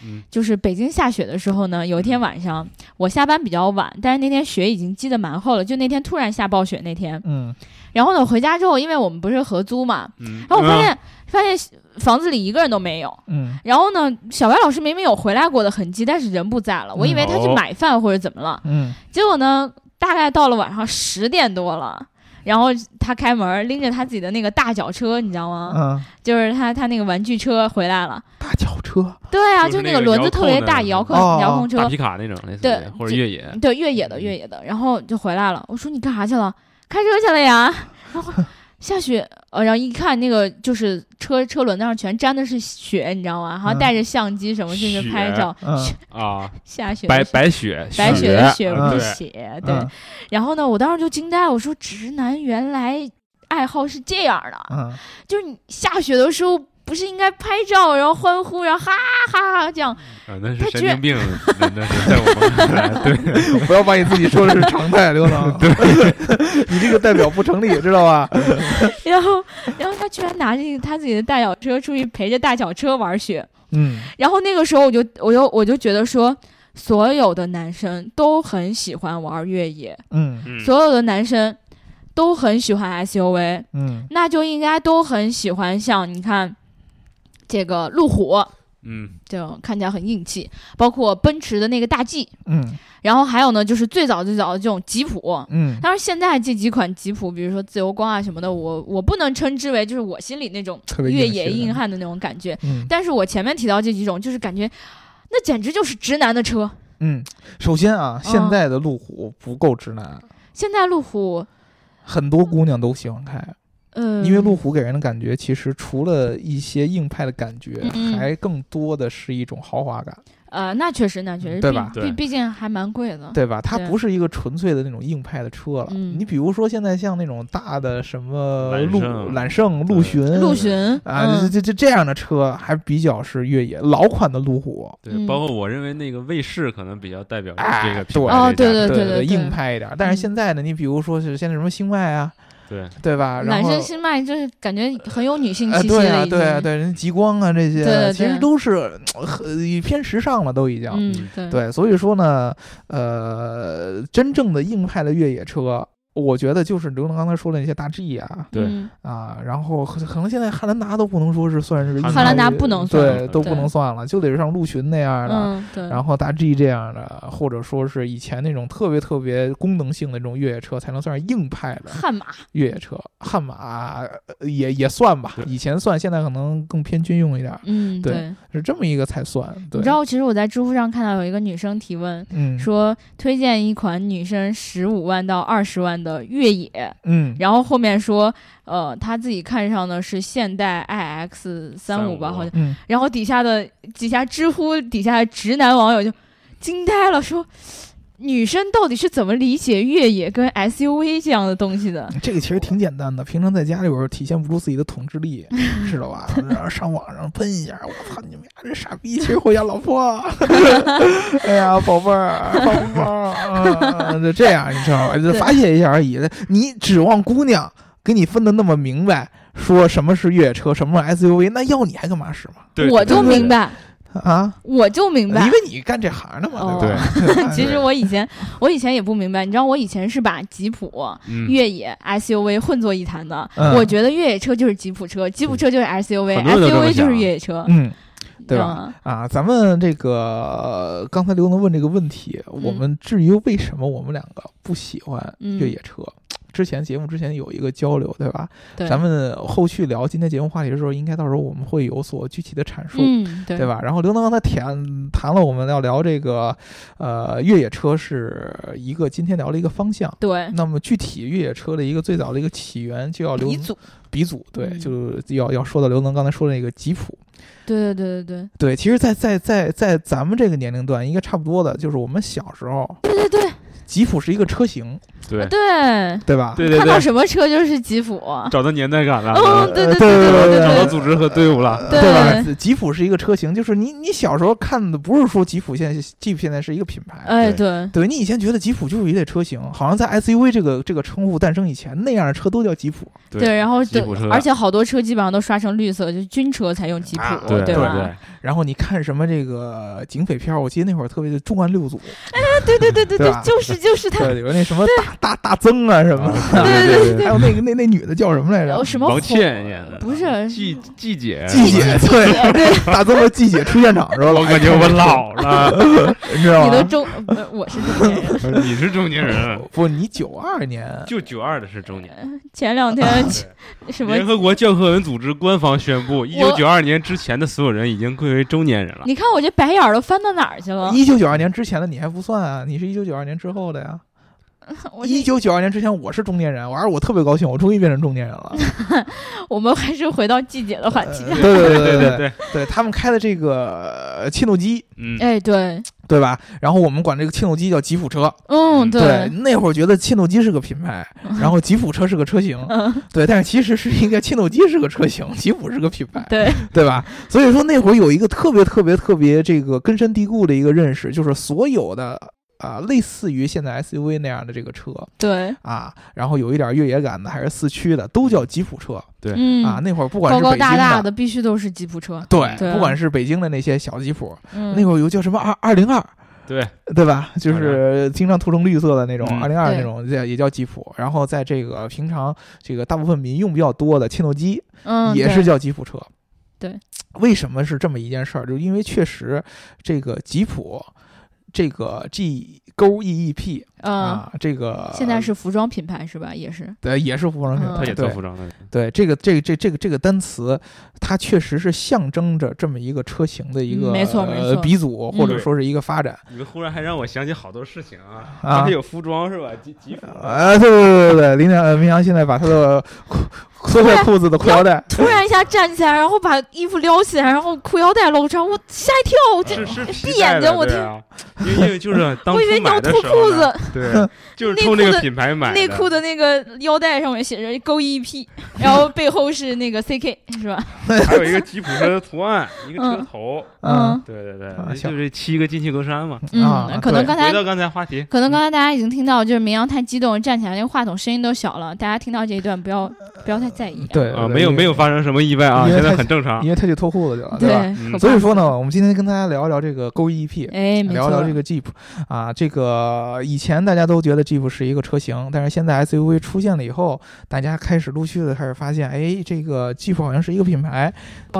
[SPEAKER 4] 嗯
[SPEAKER 2] 就是北京下雪的时候呢，有一天晚上我下班比较晚，但是那天雪已经积得蛮厚了，就那天突然下暴雪那天，
[SPEAKER 3] 嗯，
[SPEAKER 2] 然后呢回家之后，因为我们不是合租嘛，
[SPEAKER 4] 嗯，
[SPEAKER 2] 啊然后我发
[SPEAKER 4] 嗯
[SPEAKER 2] 现、发现房子里一个人都没有，
[SPEAKER 3] 嗯
[SPEAKER 2] 然后呢，小白老师明明有回来过的痕迹，但是人不在了，我以为他去
[SPEAKER 4] 嗯哦
[SPEAKER 2] 买饭或者怎么了，
[SPEAKER 3] 嗯，
[SPEAKER 2] 结果呢，大概到了晚上十点多了，然后他开门，拎着他自己的那个大脚车，你知道吗？
[SPEAKER 3] 嗯，
[SPEAKER 2] 就是他他那个玩具车回来了。
[SPEAKER 3] 大轿车，
[SPEAKER 2] 对啊，
[SPEAKER 4] 就
[SPEAKER 2] 就
[SPEAKER 4] 是那
[SPEAKER 2] 个
[SPEAKER 4] 个
[SPEAKER 2] 轮子
[SPEAKER 4] 遥
[SPEAKER 2] 特
[SPEAKER 4] 控
[SPEAKER 2] 别
[SPEAKER 4] 的
[SPEAKER 2] 大遥控
[SPEAKER 3] 哦
[SPEAKER 2] 遥控车
[SPEAKER 4] 大，皮卡那种类似
[SPEAKER 2] 对
[SPEAKER 4] 的，或者
[SPEAKER 2] 就
[SPEAKER 4] 越野，
[SPEAKER 2] 对越野的越野的，然后就回来了。我说你干啥去了？开车去了呀。 然后下雪，呃，然后一看那个就是车车轮子上全沾的是雪，你知道吗？然后
[SPEAKER 3] 嗯
[SPEAKER 2] 带着相机什么去去
[SPEAKER 4] 雪
[SPEAKER 2] 拍照，
[SPEAKER 3] 嗯
[SPEAKER 4] 啊，
[SPEAKER 2] 下雪的
[SPEAKER 4] 白
[SPEAKER 2] 雪
[SPEAKER 4] 白雪，啊
[SPEAKER 2] 白雪的雪
[SPEAKER 3] 嗯
[SPEAKER 2] 不
[SPEAKER 4] 对
[SPEAKER 2] 雪，对。
[SPEAKER 3] 嗯
[SPEAKER 2] 然后呢，我当时就惊呆了，我说直男原来爱好是这样的，
[SPEAKER 3] 嗯，
[SPEAKER 2] 就是你下雪的时候不是应该拍照，然后欢呼，然后哈哈哈这样，
[SPEAKER 4] 啊，那
[SPEAKER 2] 他
[SPEAKER 4] 是神
[SPEAKER 2] 居然
[SPEAKER 4] 经病，那那是在我 们看来，对，
[SPEAKER 3] 嗯不要把你自己说的是常态，刘能。对， 你这个代表不成立，知道吧？
[SPEAKER 2] 然后然后他居然拿着他自己的大脚车出去陪着大脚车玩雪，
[SPEAKER 3] 嗯，
[SPEAKER 2] 然后那个时候我就我就我就觉得说。所有的男生都很喜欢玩越野，
[SPEAKER 3] 嗯
[SPEAKER 4] 嗯
[SPEAKER 2] 所有的男生都很喜欢 SUV，
[SPEAKER 3] 嗯
[SPEAKER 2] 那就应该都很喜欢像你看这个路虎，
[SPEAKER 4] 嗯，
[SPEAKER 2] 就看起来很硬气，包括奔驰的那个大 G，
[SPEAKER 3] 嗯
[SPEAKER 2] 然后还有呢，就是最早最早的这种吉普。
[SPEAKER 3] 嗯
[SPEAKER 2] 当然，现在这几款吉普，比如说自由光啊什么的，我我不能称之为就是我心里那种
[SPEAKER 3] 特别硬
[SPEAKER 2] 越
[SPEAKER 3] 气
[SPEAKER 2] 野
[SPEAKER 3] 的
[SPEAKER 2] 硬汉的那种感觉。
[SPEAKER 3] 嗯
[SPEAKER 2] 但是我前面提到这几种，就是感觉那简直就是直男的车。
[SPEAKER 3] 嗯。首先啊，
[SPEAKER 2] 嗯
[SPEAKER 3] 现在的路虎不够直男，
[SPEAKER 2] 现在路虎，
[SPEAKER 3] 很多姑娘都喜欢开。
[SPEAKER 2] 呃，
[SPEAKER 3] 因为路虎给人的感觉，其实除了一些硬派的感觉
[SPEAKER 2] 嗯，嗯
[SPEAKER 3] 还更多的是一种豪华感，
[SPEAKER 2] 呃，那确实，那确实，
[SPEAKER 3] 对吧
[SPEAKER 2] 毕
[SPEAKER 4] 对
[SPEAKER 2] 毕毕竟还蛮贵的。
[SPEAKER 3] 对吧？它
[SPEAKER 2] 对
[SPEAKER 3] 不是一个纯粹的那种硬派的车了。
[SPEAKER 2] 嗯
[SPEAKER 3] 你比如说现在像那种大的什么
[SPEAKER 4] 揽
[SPEAKER 3] 陆
[SPEAKER 4] 胜
[SPEAKER 3] 揽胜、陆巡、
[SPEAKER 2] 陆巡
[SPEAKER 3] 啊，这
[SPEAKER 2] 嗯
[SPEAKER 3] 这这这样的车还比较是越野老款的路虎，
[SPEAKER 4] 对，
[SPEAKER 2] 嗯
[SPEAKER 4] 包括我认为那个卫士可能比较代表
[SPEAKER 3] 哎
[SPEAKER 4] 这个
[SPEAKER 3] 对
[SPEAKER 4] 品牌
[SPEAKER 2] 哦
[SPEAKER 4] 这家
[SPEAKER 2] 对
[SPEAKER 4] 的
[SPEAKER 2] 对
[SPEAKER 3] 对
[SPEAKER 2] 对对嗯
[SPEAKER 3] 硬派一点。但是现在呢，你比如说是现在什么星迈啊，
[SPEAKER 4] 对，
[SPEAKER 3] 对吧？然
[SPEAKER 2] 男
[SPEAKER 3] 后
[SPEAKER 2] 生心脉就是感觉很有女性
[SPEAKER 3] 啊，
[SPEAKER 2] 气息了、
[SPEAKER 3] 对啊，对啊，，对，人极光啊这些，
[SPEAKER 2] 对对
[SPEAKER 3] 其实
[SPEAKER 2] 对
[SPEAKER 3] 都是很偏时尚了，都已经。
[SPEAKER 2] 嗯
[SPEAKER 4] 嗯，
[SPEAKER 2] 对，
[SPEAKER 3] 啊对，所以说呢，呃，真正的硬派的越野车，我觉得就是刘能刚才说的那些大 G 啊
[SPEAKER 4] 对
[SPEAKER 2] 嗯
[SPEAKER 3] 啊，然后可可能现在汉兰达都不能说是算是硬
[SPEAKER 4] 汉
[SPEAKER 3] 派
[SPEAKER 2] 兰达
[SPEAKER 3] 越
[SPEAKER 2] 不能算
[SPEAKER 3] 对，
[SPEAKER 4] 了
[SPEAKER 3] 都不
[SPEAKER 2] 对
[SPEAKER 3] 能算了，就得是像陆巡那样的。
[SPEAKER 2] 嗯，对，
[SPEAKER 3] 然后大 G 这样的，或者说是以前那种特别特别功能性的那种越野车，才能算是硬派的
[SPEAKER 2] 悍 马，
[SPEAKER 3] 越野车。悍马呃也也算吧
[SPEAKER 4] 对，
[SPEAKER 3] 以前算，现在可能更偏军用一点儿，
[SPEAKER 2] 嗯，
[SPEAKER 3] 对
[SPEAKER 2] 对
[SPEAKER 3] 是这么一个才算。对，
[SPEAKER 2] 你知道，其实我在知乎上看到有一个女生提问，
[SPEAKER 3] 嗯，
[SPEAKER 2] 说推荐一款女生十五万到二十万的越野，
[SPEAKER 3] 嗯，
[SPEAKER 2] 然后后面说，呃，她自己看上的是现代 iX 三五吧，
[SPEAKER 4] 35
[SPEAKER 2] 好像，
[SPEAKER 3] 嗯，
[SPEAKER 2] 然后底下的底下知乎底下的直男网友就惊呆了，说。女生到底是怎么理解越野跟 SUV 这样的东西的？
[SPEAKER 3] 这个其实挺简单的，平常在家里边儿体现不出自己的统治 力，知道吧？然后上网上喷一下，我操你们家这傻逼，其实回家老 婆，哎呀宝贝儿，宝贝儿，嗯就这样你知道吧？就发泄一下而已。你指望姑娘给你分的那么明白，说什么是越野车，什么是 SUV，那要你还干嘛使嘛？
[SPEAKER 4] 对
[SPEAKER 2] 我就
[SPEAKER 3] 对对
[SPEAKER 2] 明白，
[SPEAKER 3] 啊？
[SPEAKER 2] 我就明
[SPEAKER 3] 因
[SPEAKER 2] 白
[SPEAKER 3] 为。你干这行的嘛，对吧？吧
[SPEAKER 2] 其实我以前，我以前也不明白，你知道，我以前是把吉普、
[SPEAKER 4] 嗯，
[SPEAKER 2] 越野 SUV 混作一谈的。
[SPEAKER 3] 嗯
[SPEAKER 2] 我觉得越野车就是吉普车，吉普车就是 SUV，
[SPEAKER 4] 很多人都这么
[SPEAKER 2] SUV 就
[SPEAKER 4] 想
[SPEAKER 2] 是
[SPEAKER 4] 啊
[SPEAKER 2] 越野车，
[SPEAKER 3] 嗯，对吧？
[SPEAKER 2] 嗯？
[SPEAKER 3] 啊，咱们这个刚才刘能问这个问题，
[SPEAKER 2] 嗯
[SPEAKER 3] 我们至于为什么我们两个不喜欢越野车，之前节目之前有一个交流，对吧？
[SPEAKER 2] 对，
[SPEAKER 3] 咱们后续聊今天节目话题的时候，应该到时候我们会有所具体的阐述。
[SPEAKER 2] 嗯，对
[SPEAKER 3] 对吧？然后刘能刚才谈谈了我们要聊这个，呃，越野车是一个今天聊的一个方向。
[SPEAKER 2] 对，
[SPEAKER 3] 那么具体越野车的一个最早的一个起源，就要刘
[SPEAKER 2] 嗯鼻
[SPEAKER 3] 能
[SPEAKER 2] 祖，
[SPEAKER 3] 鼻祖，对，
[SPEAKER 2] 嗯
[SPEAKER 3] 就要要说到刘能刚才说的那个吉普。
[SPEAKER 2] 对对对对
[SPEAKER 3] 对，其实在，在在在咱们这个年龄段，应该差不多的，就是我们小时候，
[SPEAKER 2] 对对对
[SPEAKER 3] 吉普是一个车型，
[SPEAKER 4] 对
[SPEAKER 2] 对对，
[SPEAKER 3] 对吧？
[SPEAKER 4] 对对
[SPEAKER 2] 看到
[SPEAKER 4] 对，
[SPEAKER 2] 什么车就是吉普，
[SPEAKER 4] 找到年代感了，啊
[SPEAKER 2] 嗯，对对
[SPEAKER 3] 对
[SPEAKER 2] 对
[SPEAKER 4] 找到
[SPEAKER 2] 对
[SPEAKER 4] 组织和队伍了，
[SPEAKER 2] 对
[SPEAKER 3] 吧？吉普是一个车型，就是你你小时候看的不是说吉普现在吉普现在是一个品牌，
[SPEAKER 2] 哎对，
[SPEAKER 3] 对你以前觉得吉普就是一类车型，好像在 SUV 这个这个称呼诞生以前，那样的车都叫吉普。
[SPEAKER 2] 对，然后
[SPEAKER 4] 吉
[SPEAKER 2] 对
[SPEAKER 4] 普车，
[SPEAKER 2] 而且好多车基本上都刷成绿色，就军车才用吉普
[SPEAKER 3] 啊，
[SPEAKER 4] 对
[SPEAKER 2] 吧？
[SPEAKER 3] 然后你看什么这个警匪片儿，我记得那会儿特别的《重案 六组》，
[SPEAKER 2] 对对对对
[SPEAKER 3] 对吧
[SPEAKER 2] 对，就是就是它，
[SPEAKER 3] 对，里边那什么大大大增啊什么的，
[SPEAKER 4] 对
[SPEAKER 2] 对
[SPEAKER 4] 对，
[SPEAKER 3] 还有那个那那女的叫什么来着
[SPEAKER 2] 有？什么
[SPEAKER 4] 王
[SPEAKER 2] 火
[SPEAKER 4] 倩演的，
[SPEAKER 2] 不是
[SPEAKER 4] 季季姐，
[SPEAKER 3] 季姐，对大增和季姐出现场的时候，
[SPEAKER 4] 我感觉我老 了，
[SPEAKER 3] 你知道吗？
[SPEAKER 2] 你的中，呃我是中年人。
[SPEAKER 4] 你是中年人，啊
[SPEAKER 3] 不，你九二年，
[SPEAKER 4] 就九二的是中年。
[SPEAKER 2] 前两天去什么
[SPEAKER 4] 联合国教科文组织官方宣布，一九九二年之前的所有人已经归为中年人了。
[SPEAKER 2] 你看我这白眼儿都翻到哪儿去了？
[SPEAKER 3] 一九九二年之前的你还不算啊，你是一九九二年之后的呀。
[SPEAKER 2] 我这
[SPEAKER 3] 一九九二年之前我是中年人，我而我特别高兴，我终于变成中年人 了。
[SPEAKER 2] 我们还是回到季节的话
[SPEAKER 3] 呃
[SPEAKER 2] 题。
[SPEAKER 3] 对对对
[SPEAKER 4] 对
[SPEAKER 3] 对对
[SPEAKER 4] 对，
[SPEAKER 3] 对，他们开的这个呃切诺基，
[SPEAKER 4] 嗯，
[SPEAKER 2] 哎，对，
[SPEAKER 3] 对吧？然后我们管这个切诺基叫吉普车。
[SPEAKER 2] 嗯，
[SPEAKER 3] 对，，那会儿觉得切诺基是个品牌，然后吉普车是个车型。
[SPEAKER 2] 嗯，
[SPEAKER 3] 对，但是其实是应该切诺基是个车型，吉普是个品牌。
[SPEAKER 2] 对，
[SPEAKER 3] 对吧？所以说那会儿有一个特别特别特别这个根深蒂固的一个认识，就是所有的啊、类似于现在 SUV 那样的这个车
[SPEAKER 2] 对，
[SPEAKER 3] 啊，然后有一点越野感的，还是四驱的，都叫吉普车
[SPEAKER 4] 对
[SPEAKER 2] 嗯，
[SPEAKER 3] 啊。那会儿不管
[SPEAKER 2] 高
[SPEAKER 3] 是北
[SPEAKER 2] 高
[SPEAKER 3] 京
[SPEAKER 2] 大大的必须都是吉普车。
[SPEAKER 3] 对，
[SPEAKER 2] 对
[SPEAKER 3] 不管是北京的那些小吉普，
[SPEAKER 2] 嗯，
[SPEAKER 3] 那会儿有叫什么二二零二。
[SPEAKER 4] 对
[SPEAKER 3] 对吧？就是经常涂成绿色的那种
[SPEAKER 4] 嗯
[SPEAKER 3] 二零二
[SPEAKER 2] 对
[SPEAKER 3] 那种，也也叫吉普。然后在这个平常这个大部分民用比较多的切诺基，
[SPEAKER 2] 嗯
[SPEAKER 3] 也
[SPEAKER 2] 对
[SPEAKER 3] 是叫吉普车。
[SPEAKER 2] 对，
[SPEAKER 3] 为什么是这么一件事儿？就因为确实这个吉普，这个 G 勾 E E P
[SPEAKER 2] 嗯，
[SPEAKER 3] 啊，这个
[SPEAKER 2] 现在是服装品牌是吧？也是，
[SPEAKER 3] 对也是服装品
[SPEAKER 2] 嗯
[SPEAKER 3] 牌，
[SPEAKER 4] 他也做
[SPEAKER 3] 对
[SPEAKER 4] 服装的，
[SPEAKER 3] 对这个这个这这个这个单词，它确实是象征着这么一个车型的一个
[SPEAKER 2] 嗯没错
[SPEAKER 3] 呃
[SPEAKER 2] 没错嗯
[SPEAKER 3] 鼻祖或者
[SPEAKER 4] 对
[SPEAKER 3] 说是一个发展
[SPEAKER 4] 你们忽然还让我想起好多事情啊，呃
[SPEAKER 3] 啊
[SPEAKER 4] 还有服装是吧？吉吉普，
[SPEAKER 3] 啊，对对对对对，林良呃明阳现在把他的裤缩在裤子的裤腰带，
[SPEAKER 2] 突然一下站起来，然后把衣服撩起来，然后裤腰带露出来，我吓一跳，我这
[SPEAKER 4] 是是皮
[SPEAKER 2] 闭眼
[SPEAKER 4] 带的
[SPEAKER 2] 睛我
[SPEAKER 4] 对啊因为因为 就是当
[SPEAKER 2] 我以为
[SPEAKER 4] 初
[SPEAKER 2] 你要
[SPEAKER 4] 买的
[SPEAKER 2] 脱
[SPEAKER 4] 时候
[SPEAKER 2] 裤
[SPEAKER 4] 呢，
[SPEAKER 2] 子，
[SPEAKER 4] 对，就是
[SPEAKER 2] 内
[SPEAKER 4] 冲
[SPEAKER 2] 裤
[SPEAKER 4] 这个
[SPEAKER 2] 的
[SPEAKER 4] 品牌买
[SPEAKER 2] 内裤的那个腰带上面写着勾 EP，然 后背后是那个 CK 是吧？
[SPEAKER 4] 还有一个吉普车的图案，一个车
[SPEAKER 2] 嗯
[SPEAKER 4] 头，
[SPEAKER 3] 嗯
[SPEAKER 4] 对对对，
[SPEAKER 3] 啊
[SPEAKER 4] 就
[SPEAKER 3] 行
[SPEAKER 4] 这七个金器格栅嘛。
[SPEAKER 3] 啊
[SPEAKER 2] 嗯，可能
[SPEAKER 3] 对
[SPEAKER 2] 刚才
[SPEAKER 4] 回到刚才话题，
[SPEAKER 2] 可能刚才大家已经听到，就是绵羊太激动站起来，那个话筒声音都小了。大家听到这一段，不要不要太在意、啊。
[SPEAKER 3] 呃对
[SPEAKER 4] 啊，没有没有，发生什么意外啊，
[SPEAKER 3] 呃因为
[SPEAKER 4] 现在
[SPEAKER 3] 太
[SPEAKER 4] 很正常
[SPEAKER 3] 因。为他去脱裤子去了，
[SPEAKER 2] 啊对
[SPEAKER 3] 啊吧？，
[SPEAKER 4] 嗯
[SPEAKER 2] 可怕
[SPEAKER 3] 所以说，呢，我们今天跟大家聊一聊这个勾 EP，
[SPEAKER 2] 哎，没
[SPEAKER 3] 聊
[SPEAKER 2] 错，
[SPEAKER 3] 聊这个 Jeep 啊，这个以前大家都觉得 Jeep 是一个车型，但是现在 SUV 出现了以后，大家开始陆续的开始发现，哎，这个 Jeep 好像是一个品牌，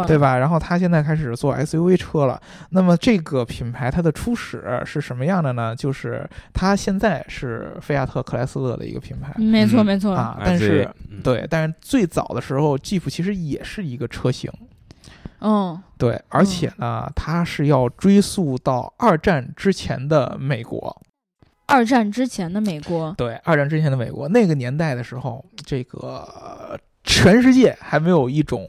[SPEAKER 3] 对吧？然后它现在开始做 SUV 车了。那么这个品牌它的初始是什么样的呢？就是它现在是菲亚特克莱斯勒的一个品牌、
[SPEAKER 2] 没错
[SPEAKER 4] 嗯
[SPEAKER 2] 没错。
[SPEAKER 3] 啊
[SPEAKER 4] 哎，
[SPEAKER 3] 但是、
[SPEAKER 4] 所以嗯
[SPEAKER 3] 对，但是最早的时候，Jeep 其实也是一个车型。
[SPEAKER 2] 嗯，
[SPEAKER 3] 对，而且呢，它是要追溯到二战之前的美国。
[SPEAKER 2] 二战之前的美国，
[SPEAKER 3] 对，二战之前的美国，那个年代的时候，这个呃全世界还没有一种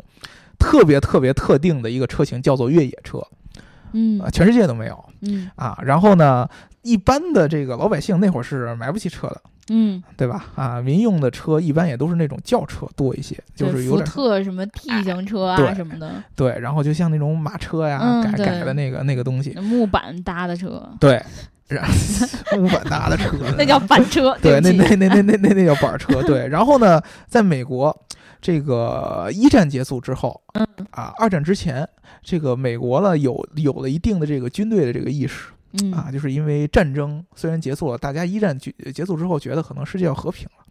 [SPEAKER 3] 特别特别特定的一个车型叫做越野车，
[SPEAKER 2] 嗯
[SPEAKER 3] 啊，全世界都没有
[SPEAKER 2] 嗯
[SPEAKER 3] 啊。然后呢，一般的这个老百姓那会儿是买不起车的，
[SPEAKER 2] 嗯，
[SPEAKER 3] 对吧？啊，民用的车一般也都是那种轿车多一些，就
[SPEAKER 2] 对
[SPEAKER 3] 是有
[SPEAKER 2] 福
[SPEAKER 3] 点
[SPEAKER 2] 特什么 T 型车啊
[SPEAKER 3] 对
[SPEAKER 2] 什么的，
[SPEAKER 3] 对。然后就像那种马车呀，
[SPEAKER 2] 嗯
[SPEAKER 3] 改
[SPEAKER 2] 对
[SPEAKER 3] 改的那个那个东西，
[SPEAKER 2] 木板搭的车，
[SPEAKER 3] 对，然后 木板搭的车，
[SPEAKER 2] 那叫板车。
[SPEAKER 3] 呃对，
[SPEAKER 2] 不
[SPEAKER 3] 那
[SPEAKER 2] 起
[SPEAKER 3] 那那那 那那那叫板儿车。对，然后呢，在美国，这个一战结束之后，
[SPEAKER 2] 嗯
[SPEAKER 3] 啊，二战之前，这个美国呢有有了一定的这个军队的这个意识
[SPEAKER 2] 嗯
[SPEAKER 3] 啊，就是因为战争虽然结束了，大家一战结结束之后觉得可能世界要和平了，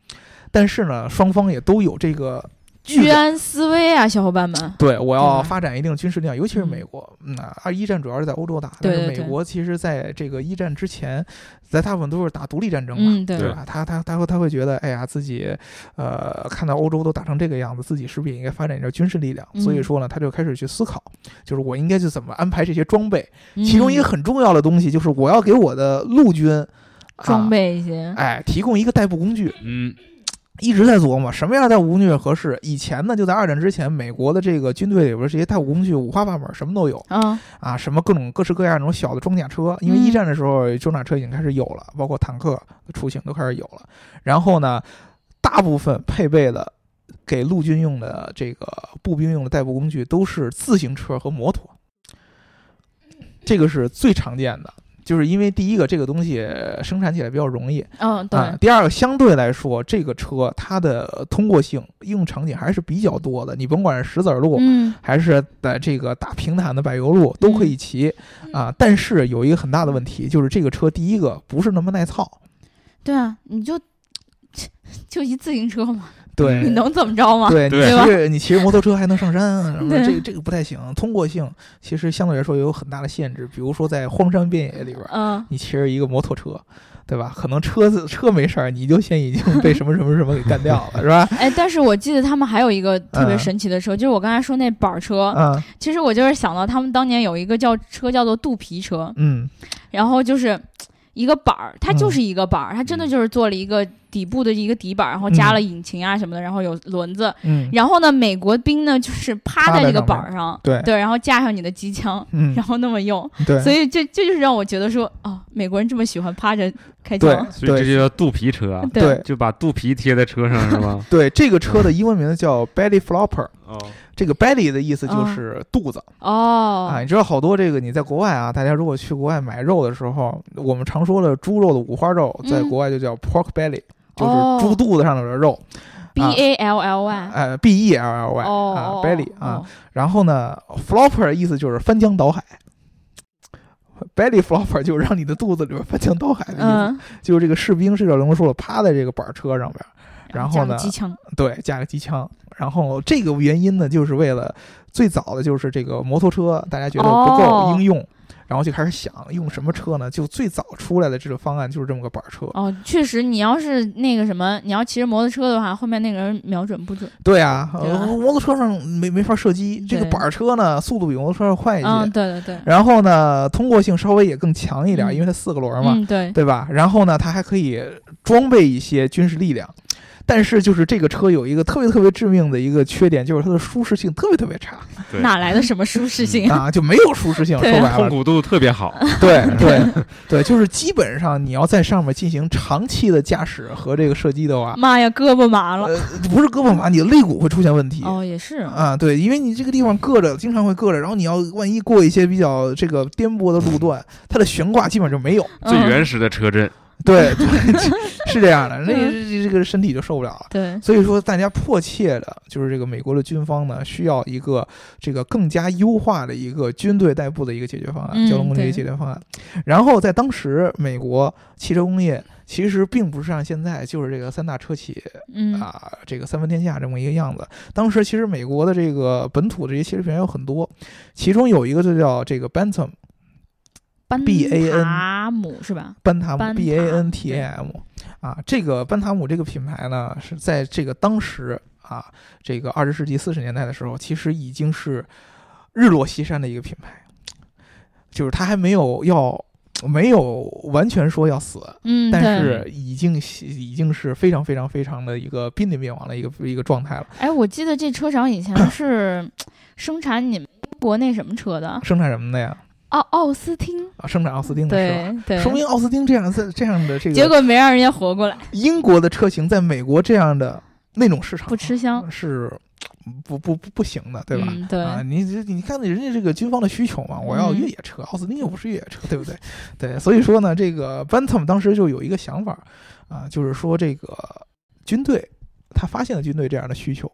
[SPEAKER 3] 但是呢，双方也都有这个预
[SPEAKER 2] 居
[SPEAKER 3] 感。
[SPEAKER 2] 安思危啊，小伙伴们。
[SPEAKER 3] 对，
[SPEAKER 2] 对
[SPEAKER 3] 我要
[SPEAKER 2] 吧
[SPEAKER 3] 发展一定军事力量，尤其是
[SPEAKER 2] 嗯
[SPEAKER 3] 美国。嗯，二一战主要是在欧洲打，
[SPEAKER 2] 对
[SPEAKER 3] 但
[SPEAKER 2] 对
[SPEAKER 3] 是
[SPEAKER 2] 对
[SPEAKER 3] 美国其实在这个一战之前，在大部分都是打独立战争嘛，
[SPEAKER 2] 嗯，对，
[SPEAKER 3] 对吧？他他他会他会觉得，哎呀，自己，呃，看到欧洲都打成这个样子，自己是不是也应该发展一点军事力量？
[SPEAKER 2] 嗯
[SPEAKER 3] 所以说呢，他就开始去思考，就是我应该去怎么安排这些装备。其
[SPEAKER 2] 嗯
[SPEAKER 3] 中一个很重要的东西就是我要给我的陆军
[SPEAKER 2] 装、
[SPEAKER 3] 啊
[SPEAKER 2] 备一些，
[SPEAKER 3] 哎，提供一个代步工具。
[SPEAKER 4] 嗯，
[SPEAKER 3] 一直在琢磨什么样的代步工具合适。以前呢，就在二战之前，美国的这个军队里边这些代步工具五花八门，什么都有
[SPEAKER 2] 啊，
[SPEAKER 3] 啊，什么各种各式各样那种小的装甲车。因为
[SPEAKER 2] 嗯
[SPEAKER 3] 一战的时候，装甲车已经开始有了，包括坦克的雏形都开始有了。然后呢，大部分配备的给陆军用的这个步兵用的代步工具都是自行车和摩托，
[SPEAKER 2] 嗯
[SPEAKER 3] 这个是最常见的。就是因为第一个，这个东西生产起来比较容易，
[SPEAKER 2] 嗯，
[SPEAKER 3] 啊
[SPEAKER 2] 对，，
[SPEAKER 3] 第二个，相对来说，这个车它的通过性、应用场景还是比较多的。你甭管是石子儿路，
[SPEAKER 2] 嗯，
[SPEAKER 3] 还是在这个大平坦的柏油路，都可以骑、啊。但是有一个很大的问题，就是这个车第一个不是那么耐操，
[SPEAKER 2] 对啊，你就就一自行车嘛，
[SPEAKER 3] 对，
[SPEAKER 2] 嗯你能怎么着嘛？
[SPEAKER 3] 哎对，你
[SPEAKER 4] 对
[SPEAKER 3] 骑
[SPEAKER 2] 吧
[SPEAKER 3] 着你骑着摩托车还能上山啊，什么的
[SPEAKER 2] 对
[SPEAKER 3] 这个这个不太行。通过性其实相对来说也有很大的限制，比如说在荒山遍野里边，
[SPEAKER 2] 嗯，
[SPEAKER 3] 你骑着一个摩托车，对吧？可能车子车没事儿，你就先已经被什么什么什么给干掉了，是吧？
[SPEAKER 2] 哎，但是我记得他们还有一个特别
[SPEAKER 3] 嗯
[SPEAKER 2] 神奇的车，就是我刚才说那板儿车，
[SPEAKER 3] 嗯
[SPEAKER 2] 其实我就是想到他们当年有一个叫车叫做肚皮车，
[SPEAKER 3] 嗯。
[SPEAKER 2] 然后就是一个板儿，它就是一个板儿，它真的
[SPEAKER 4] 嗯
[SPEAKER 2] 就是做了一个底部的一个底板儿，然后加了引擎啊什么的，然后有轮子。
[SPEAKER 3] 嗯，
[SPEAKER 2] 然后呢，美国兵呢就是趴
[SPEAKER 3] 趴
[SPEAKER 2] 在
[SPEAKER 3] 在
[SPEAKER 2] 这个
[SPEAKER 3] 上
[SPEAKER 2] 板
[SPEAKER 3] 面
[SPEAKER 2] 儿上，
[SPEAKER 3] 对
[SPEAKER 2] 对，然后架上你的机枪，
[SPEAKER 3] 嗯
[SPEAKER 2] 然，后那么用，
[SPEAKER 3] 对，
[SPEAKER 2] 所以这这就是让我觉得说，哦，美国人这么喜欢趴着开
[SPEAKER 3] 对
[SPEAKER 2] 枪，
[SPEAKER 4] 所以这
[SPEAKER 3] 对
[SPEAKER 4] 就叫肚皮车啊，
[SPEAKER 2] 对
[SPEAKER 3] 对
[SPEAKER 4] 就把肚皮贴在车上是 吗？
[SPEAKER 3] 对，这个车的英文名字叫 belly flopper。
[SPEAKER 4] 哦，
[SPEAKER 3] 这个 belly 的意思就是肚子、
[SPEAKER 2] 嗯哦，
[SPEAKER 3] 啊，你知道好多这个你在国外啊，大家如果去国外买肉的时候，我们常说的猪肉的五花肉，在
[SPEAKER 2] 嗯
[SPEAKER 3] 国外就叫 pork belly，、
[SPEAKER 2] 哦
[SPEAKER 3] 就是猪肚子上面的肉，
[SPEAKER 2] B A L L Y，
[SPEAKER 3] 呃，b e l l y
[SPEAKER 2] 哦
[SPEAKER 3] 啊
[SPEAKER 2] 哦
[SPEAKER 3] ，belly
[SPEAKER 2] 哦
[SPEAKER 3] 啊。然后呢，flopper 的意思就是翻江倒海，belly flopper 就是让你的肚子里边翻江倒海的意思，
[SPEAKER 2] 嗯，
[SPEAKER 3] 就是这个士兵是叫龙叔了，趴在这个板儿车上边，然后
[SPEAKER 2] 加个
[SPEAKER 3] 呢，
[SPEAKER 2] 机枪，
[SPEAKER 3] 对，加个机枪。然后这个原因呢，就是为了最早的就是这个摩托车，大家觉得不够
[SPEAKER 2] 哦
[SPEAKER 3] 应用，然后就开始想用什么车呢？就最早出来的这个方案就是这么个板儿车。
[SPEAKER 2] 哦，确实，你要是那个什么，你要骑着摩托车的话，后面那个人瞄准不准，
[SPEAKER 3] 对啊，
[SPEAKER 2] 对吧
[SPEAKER 3] 呃摩托车上没没法射击，这个
[SPEAKER 2] 对
[SPEAKER 3] 板儿车呢速度比摩托车要快一些，
[SPEAKER 2] 嗯，对对对，
[SPEAKER 3] 然后呢通过性稍微也更强一点，
[SPEAKER 2] 嗯
[SPEAKER 3] 因为它四个轮儿嘛，
[SPEAKER 2] 嗯，对，
[SPEAKER 3] 对吧？然后呢，它还可以装备一些军事力量。但是就是这个车有一个特别特别致命性的一个缺点，就是它的舒适性特别特别差
[SPEAKER 4] 对
[SPEAKER 2] 哪来的什么舒适性 呀？
[SPEAKER 3] 啊，就没有舒适性。说
[SPEAKER 2] 对啊
[SPEAKER 3] 白
[SPEAKER 4] 痛
[SPEAKER 3] 了，
[SPEAKER 4] 苦度特别好，
[SPEAKER 3] 对 对对，就是基本上你要在上面进行长期的驾驶和这个射击的话，
[SPEAKER 2] 妈呀，胳膊麻了。
[SPEAKER 3] 呃，不是胳膊麻，你的肋骨会出现问题。
[SPEAKER 2] 哦，也是啊，
[SPEAKER 3] 啊，对，因为你这个地方硌着，经常会硌着，然后你要万一过一些比较这个颠簸的路 段，它的悬挂基本就没有，
[SPEAKER 2] 嗯
[SPEAKER 4] 最原始的车震，
[SPEAKER 3] 对， 对是这样的，那
[SPEAKER 2] 嗯
[SPEAKER 3] 这这个身体就受不了了。
[SPEAKER 2] 对，
[SPEAKER 3] 所以说，大家迫切的就是这个美国的军方呢，需要一个这个更加优化的一个军队代步的一个解决方案，
[SPEAKER 2] 嗯
[SPEAKER 3] 交通工具的一个解决方案。然后在当时，美国汽车工业其实并不是像现在就是这个三大车企
[SPEAKER 2] 嗯
[SPEAKER 3] 啊，这个三分天下这么一个样子。当时其实美国的这个本土的这些汽车品牌有很多，其中有一个就叫这个 Bantam
[SPEAKER 2] 嗯班
[SPEAKER 3] B A N
[SPEAKER 2] 塔姆是吧？
[SPEAKER 3] 班塔姆
[SPEAKER 2] 班塔
[SPEAKER 3] B A N T A M 啊，这个班塔姆这个品牌呢，是在这个当时啊，这个二十世纪四十年代的时候，其实已经是日落西山的一个品牌，就是它还没有要没有完全说要死，
[SPEAKER 2] 嗯，
[SPEAKER 3] 但
[SPEAKER 2] 对
[SPEAKER 3] 是已经是已经是非常非常非常的一个濒临灭亡的一个一个状态了。
[SPEAKER 2] 哎，我记得这车厂以前 是生产你们国内什么车的？
[SPEAKER 3] 生产什么的呀？
[SPEAKER 2] 奥奥斯汀，
[SPEAKER 3] 啊，生产奥斯汀的是吧？
[SPEAKER 2] 对对，
[SPEAKER 3] 说明奥斯汀这样这这样的这
[SPEAKER 2] 结
[SPEAKER 3] 个
[SPEAKER 2] 果没让人家活过来，
[SPEAKER 3] 英国的车型，在美国这样的那种市场
[SPEAKER 2] 不吃香，
[SPEAKER 3] 是不不不不行的， 对吧？
[SPEAKER 2] 嗯对，
[SPEAKER 3] 啊，你这你看人家这个军方的需求嘛，我要
[SPEAKER 2] 嗯
[SPEAKER 3] 越野车，奥斯汀又不是越野车，对不对？对，所以说呢，这个 Bantam 当时就有一个想法啊，就是说这个军队，他发现了军队这样的需求，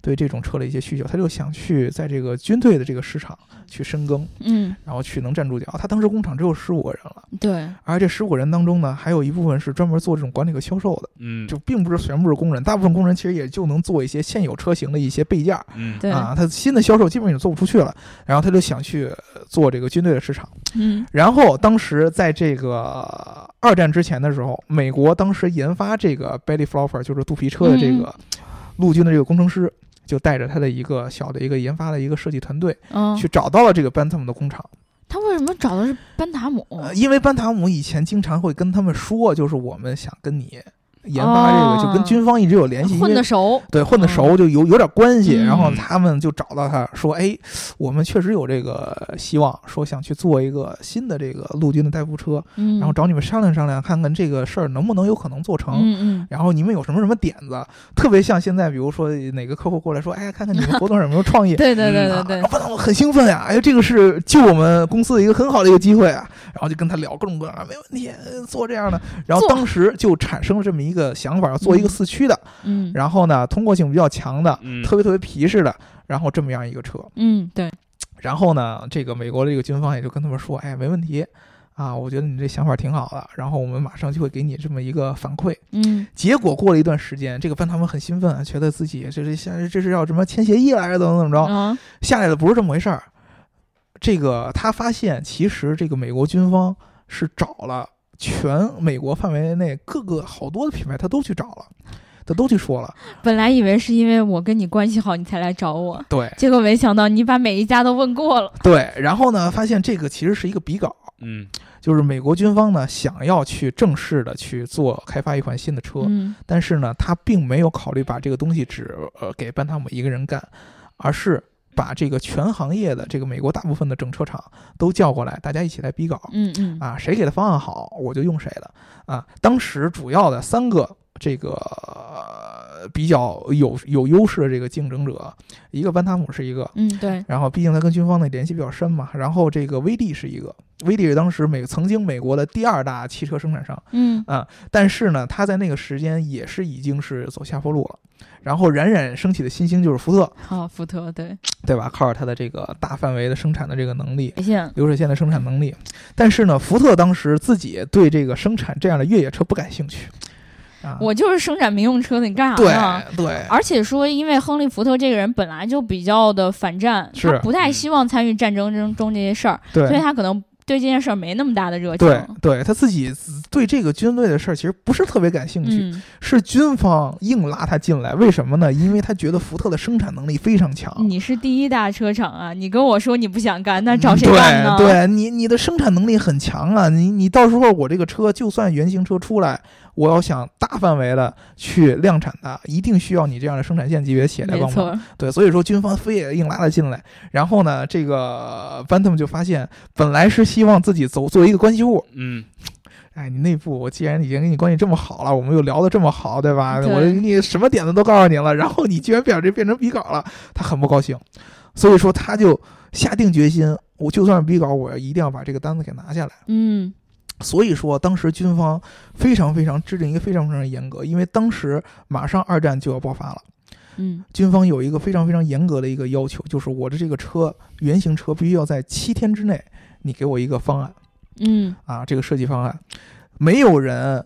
[SPEAKER 3] 对这种车的一些需求，他就想去在这个军队的这个市场去深耕，
[SPEAKER 2] 嗯
[SPEAKER 3] 然后去能站住脚。他当时工厂只有十五个人了，
[SPEAKER 2] 对，
[SPEAKER 3] 而这十五个人当中呢，还有一部分是专门做这种管理和销售的，
[SPEAKER 4] 嗯
[SPEAKER 3] 就并不是全部是工人，大部分工人其实也就能做一些现有车型的一些备件儿
[SPEAKER 4] 嗯
[SPEAKER 2] 对
[SPEAKER 3] 啊，他新的销售基本也做不出去了，然后他就想去呃做这个军队的市场。
[SPEAKER 2] 嗯
[SPEAKER 3] 然后当时在这个呃二战之前的时候，美国当时研发这个 belly flopper，就是肚皮车的
[SPEAKER 2] 嗯
[SPEAKER 3] 这个陆军的这个工程师，就带着他的一个小的一个研发的一个设计团队，
[SPEAKER 2] 嗯，
[SPEAKER 3] 去找到了这个 Bantam 的工厂。
[SPEAKER 2] 他为什么找的是班塔姆？
[SPEAKER 3] 呃，因为班塔姆以前经常会跟他们说，就是我们想跟你研发这个，
[SPEAKER 2] 哦啊
[SPEAKER 3] 就跟军方一直有联系，因
[SPEAKER 2] 混
[SPEAKER 3] 为
[SPEAKER 2] 得熟，
[SPEAKER 3] 对混得熟，就有有点关系。
[SPEAKER 2] 嗯
[SPEAKER 3] 然后他们就找到他说：“哎，我们确实有这个希望，说想去做一个新的这个陆军的代步车，
[SPEAKER 2] 嗯，
[SPEAKER 3] 然后找你们商量商量，看看这个事儿能不能有可能做成。
[SPEAKER 2] 嗯嗯
[SPEAKER 3] 然后你们有什么什么点子？特别像现在，比如说哪个客户过来说，哎呀，看看你 们活动上有没有创意，
[SPEAKER 2] 对对对
[SPEAKER 3] 啊
[SPEAKER 2] 对对
[SPEAKER 3] 然后，班长我很兴奋呀、哎呀，这个是救我们公司的一个很好的一个机会啊，然后就跟他聊各种各样的，没问题，呃做这样的。然后
[SPEAKER 2] 做
[SPEAKER 3] 当时就产生了这么一个想法，做一个四驱的，
[SPEAKER 2] 嗯
[SPEAKER 3] 然后呢，通过性比较强的，
[SPEAKER 4] 嗯
[SPEAKER 3] 特别特别皮实的，然后这么样一个车。
[SPEAKER 2] 嗯对，
[SPEAKER 3] 然后呢，这个美国的这个军方也就跟他们说，哎，没问题。啊，我觉得你这想法挺好的，然后我们马上就会给你这么一个反馈。
[SPEAKER 2] 嗯
[SPEAKER 3] 结果过了一段时间，这个班他们很兴奋啊，觉得自己这是像这是要什么签协议来着，怎么怎么着。
[SPEAKER 2] 啊
[SPEAKER 3] 下来的不是这么回事儿。这个他发现，其实这个美国军方是找了全美国范围内各个好多的品牌，他都去找了，他都去说了。
[SPEAKER 2] 本来以为是因为我跟你关系好，你才来找我，
[SPEAKER 3] 对
[SPEAKER 2] 结果没想到你把每一家都问过了。
[SPEAKER 3] 对，然后呢，发现这个其实是一个比稿，
[SPEAKER 4] 嗯
[SPEAKER 3] 就是美国军方呢想要去正式的去做开发一款新的车，
[SPEAKER 2] 嗯
[SPEAKER 3] 但是呢，他并没有考虑把这个东西只呃给班塔姆一个人干，而是把这个全行业的这个美国大部分的整车厂都叫过来，大家一起来比稿。
[SPEAKER 2] 嗯嗯
[SPEAKER 3] 啊，谁给的方案好，我就用谁的啊。当时主要的三个这个、呃比较有有优势的这个竞争者，一个班塔姆是一个，
[SPEAKER 2] 嗯对，
[SPEAKER 3] 然后毕竟他跟军方的联系比较深嘛，然后这个威利是一个，威利是当时美曾经美国的第二大汽车生产商，
[SPEAKER 2] 嗯
[SPEAKER 3] 但是呢，他在那个时间也是已经是走下坡路了。然后冉冉升起的新星就是福特，
[SPEAKER 2] 好，啊福特对，
[SPEAKER 3] 对吧？靠着它的这个大范围的生产的这个能力，
[SPEAKER 2] 北线，
[SPEAKER 3] 流水线的生产能力。但是呢，福特当时自己对这个生产这样的越野车不感兴趣。啊，
[SPEAKER 2] 我啊就是生产民用车的，你干啥
[SPEAKER 3] 对
[SPEAKER 2] 呢？
[SPEAKER 3] 对
[SPEAKER 2] 而且说，因为亨利·福特这个人本来就比较的反战，
[SPEAKER 3] 是嗯
[SPEAKER 2] 他不太希望参与战争中中这些事儿，所以
[SPEAKER 3] 对
[SPEAKER 2] 他可能对这件事儿没那么大的热情。
[SPEAKER 3] 对对，他自己自对这个军队的事儿其实不是特别感兴趣，
[SPEAKER 2] 嗯，
[SPEAKER 3] 是军方硬拉他进来。为什么呢？因为他觉得福特的生产能力非常强。
[SPEAKER 2] 你是第一大车厂啊，你跟我说你不想干，那
[SPEAKER 3] 啊嗯
[SPEAKER 2] 找谁干呢？
[SPEAKER 3] 对，对你你的生产能力很强啊，你你到时候我这个车就算原型车出来，我要想大范围的去量产它，一定需要你这样的生产线级别企业来
[SPEAKER 2] 没
[SPEAKER 3] 帮忙。
[SPEAKER 2] 错，
[SPEAKER 3] 对，所以说军方非也硬拉了进来。然后呢，这个 Bantam 就发现，本来是希望自己走作为一个关系户，
[SPEAKER 4] 嗯，
[SPEAKER 3] 哎，你内部我既然已经跟你关系这么好了，我们又聊得这么好，对吧？
[SPEAKER 2] 对
[SPEAKER 3] 我你什么点子都告诉你了，然后你居然表这变成笔稿了，他很不高兴，所以说他就下定决心，我就算是笔稿，我一定要把这个单子给拿下来。
[SPEAKER 2] 嗯，
[SPEAKER 3] 所以说，当时军方非常非常制定一个非常非常严格，因为当时马上二战就要爆发了，
[SPEAKER 2] 嗯，
[SPEAKER 3] 军方有一个非常非常严格的一个要求，就是我的这个车原型车必须要在七天之内，你给我一个方案。
[SPEAKER 2] 嗯，
[SPEAKER 3] 啊，这个设计方案，没有人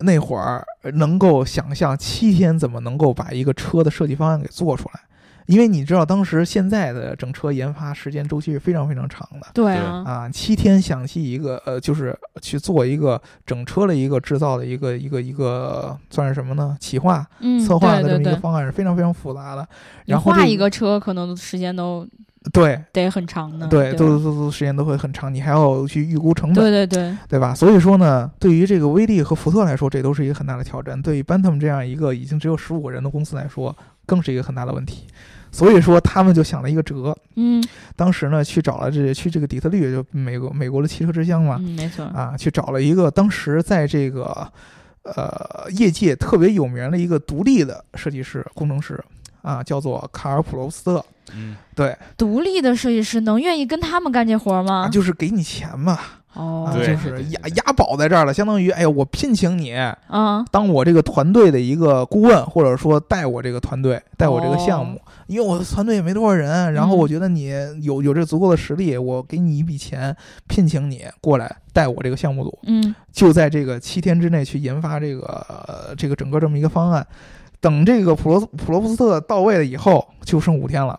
[SPEAKER 3] 那会儿能够想象七天怎么能够把一个车的设计方案给做出来，因为你知道当时现在的整车研发时间周期是非常非常长的。
[SPEAKER 2] 对啊，
[SPEAKER 3] 啊，七天想起一个呃，就是去做一个整车的一个制造的一个一个一个算是什么呢？企划、
[SPEAKER 2] 嗯，
[SPEAKER 3] 策划的这
[SPEAKER 2] 对
[SPEAKER 3] 么一
[SPEAKER 2] 对
[SPEAKER 3] 个
[SPEAKER 2] 对，
[SPEAKER 3] 方案是非常非常复杂的。
[SPEAKER 2] 你
[SPEAKER 3] 然后
[SPEAKER 2] 画
[SPEAKER 3] 这
[SPEAKER 2] 一个车可能时间都
[SPEAKER 3] 对
[SPEAKER 2] 得很长呢，
[SPEAKER 3] 对，
[SPEAKER 2] 嗯对吧
[SPEAKER 3] 都都都时间都会很长，你还要去预估成本。
[SPEAKER 2] 对对对，
[SPEAKER 3] 对吧？所以说呢，对于这个威利和福特来说，这都是一个很大的挑战；对于 Bantam 这样一个已经只有十五个人的公司来说，更是一个很大的问题。所以说，他们就想了一个辙，
[SPEAKER 2] 嗯
[SPEAKER 3] 当时呢去找了这去这个底特律，就美国美国的汽车之乡嘛，
[SPEAKER 2] 嗯，没错，
[SPEAKER 3] 啊，去找了一个当时在这个呃业界特别有名的一个独立的设计师工程师啊，叫做卡尔普罗斯特，
[SPEAKER 4] 嗯，
[SPEAKER 3] 对，
[SPEAKER 2] 独立的设计师能愿意跟他们干这活吗？
[SPEAKER 3] 啊就是给你钱嘛，
[SPEAKER 2] 哦
[SPEAKER 3] 啊，
[SPEAKER 4] 对
[SPEAKER 3] 就是
[SPEAKER 4] 对对
[SPEAKER 3] 押
[SPEAKER 4] 对
[SPEAKER 3] 押宝在这儿了，相当于哎呀，我聘请你，
[SPEAKER 2] 啊，
[SPEAKER 3] 当我这个团队的一个顾问，或者说带我这个团队，带我这个项
[SPEAKER 2] 哦
[SPEAKER 3] 目，因为我的团队也没多少人，然后
[SPEAKER 2] 嗯
[SPEAKER 3] 我觉得你有有这足够的实力，我给你一笔钱，聘请你过来带我这个项目组，
[SPEAKER 2] 嗯
[SPEAKER 3] 就在这个七天之内去研发这个、呃、这个整个这么一个方案。等这个普罗普罗布斯特到位了以后，就剩五天了，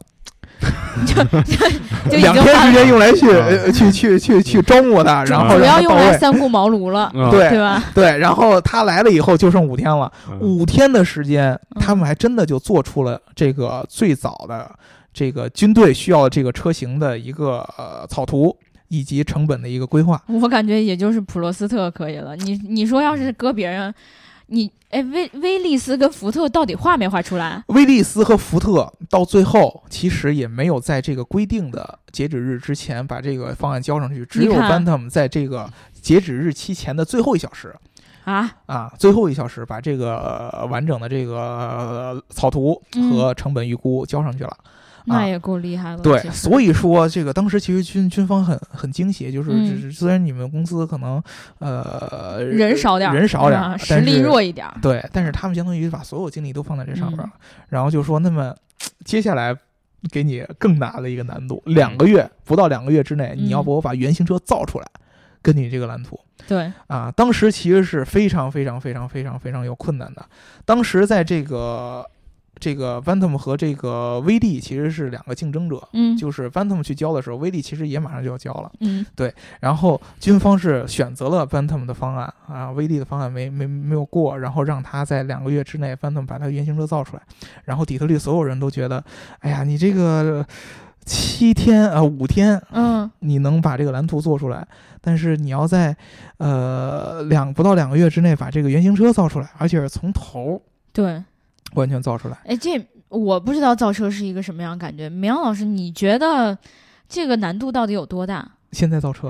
[SPEAKER 2] 就已
[SPEAKER 3] 两
[SPEAKER 2] 经
[SPEAKER 3] 天
[SPEAKER 2] 把
[SPEAKER 3] 时间用来去、
[SPEAKER 4] 啊
[SPEAKER 3] 呃、去去去去招募他，然后嗯
[SPEAKER 2] 主
[SPEAKER 3] 让
[SPEAKER 2] 要
[SPEAKER 3] 他
[SPEAKER 2] 用
[SPEAKER 3] 到
[SPEAKER 2] 来
[SPEAKER 3] 位。
[SPEAKER 2] 三顾茅庐了，
[SPEAKER 4] 啊
[SPEAKER 3] 对
[SPEAKER 2] 对吧？
[SPEAKER 3] 对，然后他来了以后就剩五天了。
[SPEAKER 4] 嗯
[SPEAKER 3] 五天的时间，
[SPEAKER 2] 嗯
[SPEAKER 3] 他们还真的就做出了这个最早的这个军队需要这个车型的一个呃草图以及成本的一个规划。
[SPEAKER 2] 我感觉也就是普罗斯特可以了。你你说要
[SPEAKER 3] 嗯
[SPEAKER 2] 是搁别人，你哎威威利斯跟福特到底画没画出来？啊
[SPEAKER 3] 威利斯和福特到最后其实也没有在这个规定的截止日之前把这个方案交上去，只有
[SPEAKER 2] 你看
[SPEAKER 3] Bantam 在这个截止日期前的最后一小时
[SPEAKER 2] 啊，
[SPEAKER 3] 啊，最后一小时把这个、呃完整的这个、呃草图和成本预估交上去了。
[SPEAKER 2] 那也够厉害了。
[SPEAKER 3] 对
[SPEAKER 2] 其，实
[SPEAKER 3] 所以说这个当时其实军军方很很惊喜，就是、
[SPEAKER 2] 嗯
[SPEAKER 3] 只是虽然你们公司可能呃
[SPEAKER 2] 人少点儿，
[SPEAKER 3] 人少点儿
[SPEAKER 2] 啊，实
[SPEAKER 3] 但
[SPEAKER 2] 力
[SPEAKER 3] 是
[SPEAKER 2] 弱一点儿。
[SPEAKER 3] 对，但是他们相当于把所有精力都放在这上面了
[SPEAKER 2] 嗯，
[SPEAKER 3] 然后就说那么接下来。给你更大的一个难度，两个月不到两个月之内，
[SPEAKER 2] 嗯
[SPEAKER 3] 你要不我把原型车造出来，根据这个蓝图
[SPEAKER 2] 对，
[SPEAKER 3] 啊，当时其实是非常非常非常非常非常有困难的。当时在这个这个 Bantam 和这个威利其实是两个竞争者，
[SPEAKER 2] 嗯
[SPEAKER 3] 就是 Bantam 去交的时候，威利其实也马上就要交了。
[SPEAKER 2] 嗯
[SPEAKER 3] 然后军方是选择了 Bantam 的方案啊，威利的方案没没没有过，然后让他在两个月之内 Bantam 把他的原型车造出来。然后底特律所有人都觉得，哎呀，你这个七天啊五天
[SPEAKER 2] 嗯，
[SPEAKER 3] 你能把这个蓝图做出来，但是你要在呃两不到两个月之内把这个原型车造出来，而且是从头
[SPEAKER 2] 对。
[SPEAKER 3] 完全造出来。
[SPEAKER 2] 哎，这我不知道造车是一个什么样的感觉。明阳老师，你觉得这个难度到底有多大？
[SPEAKER 3] 现在造车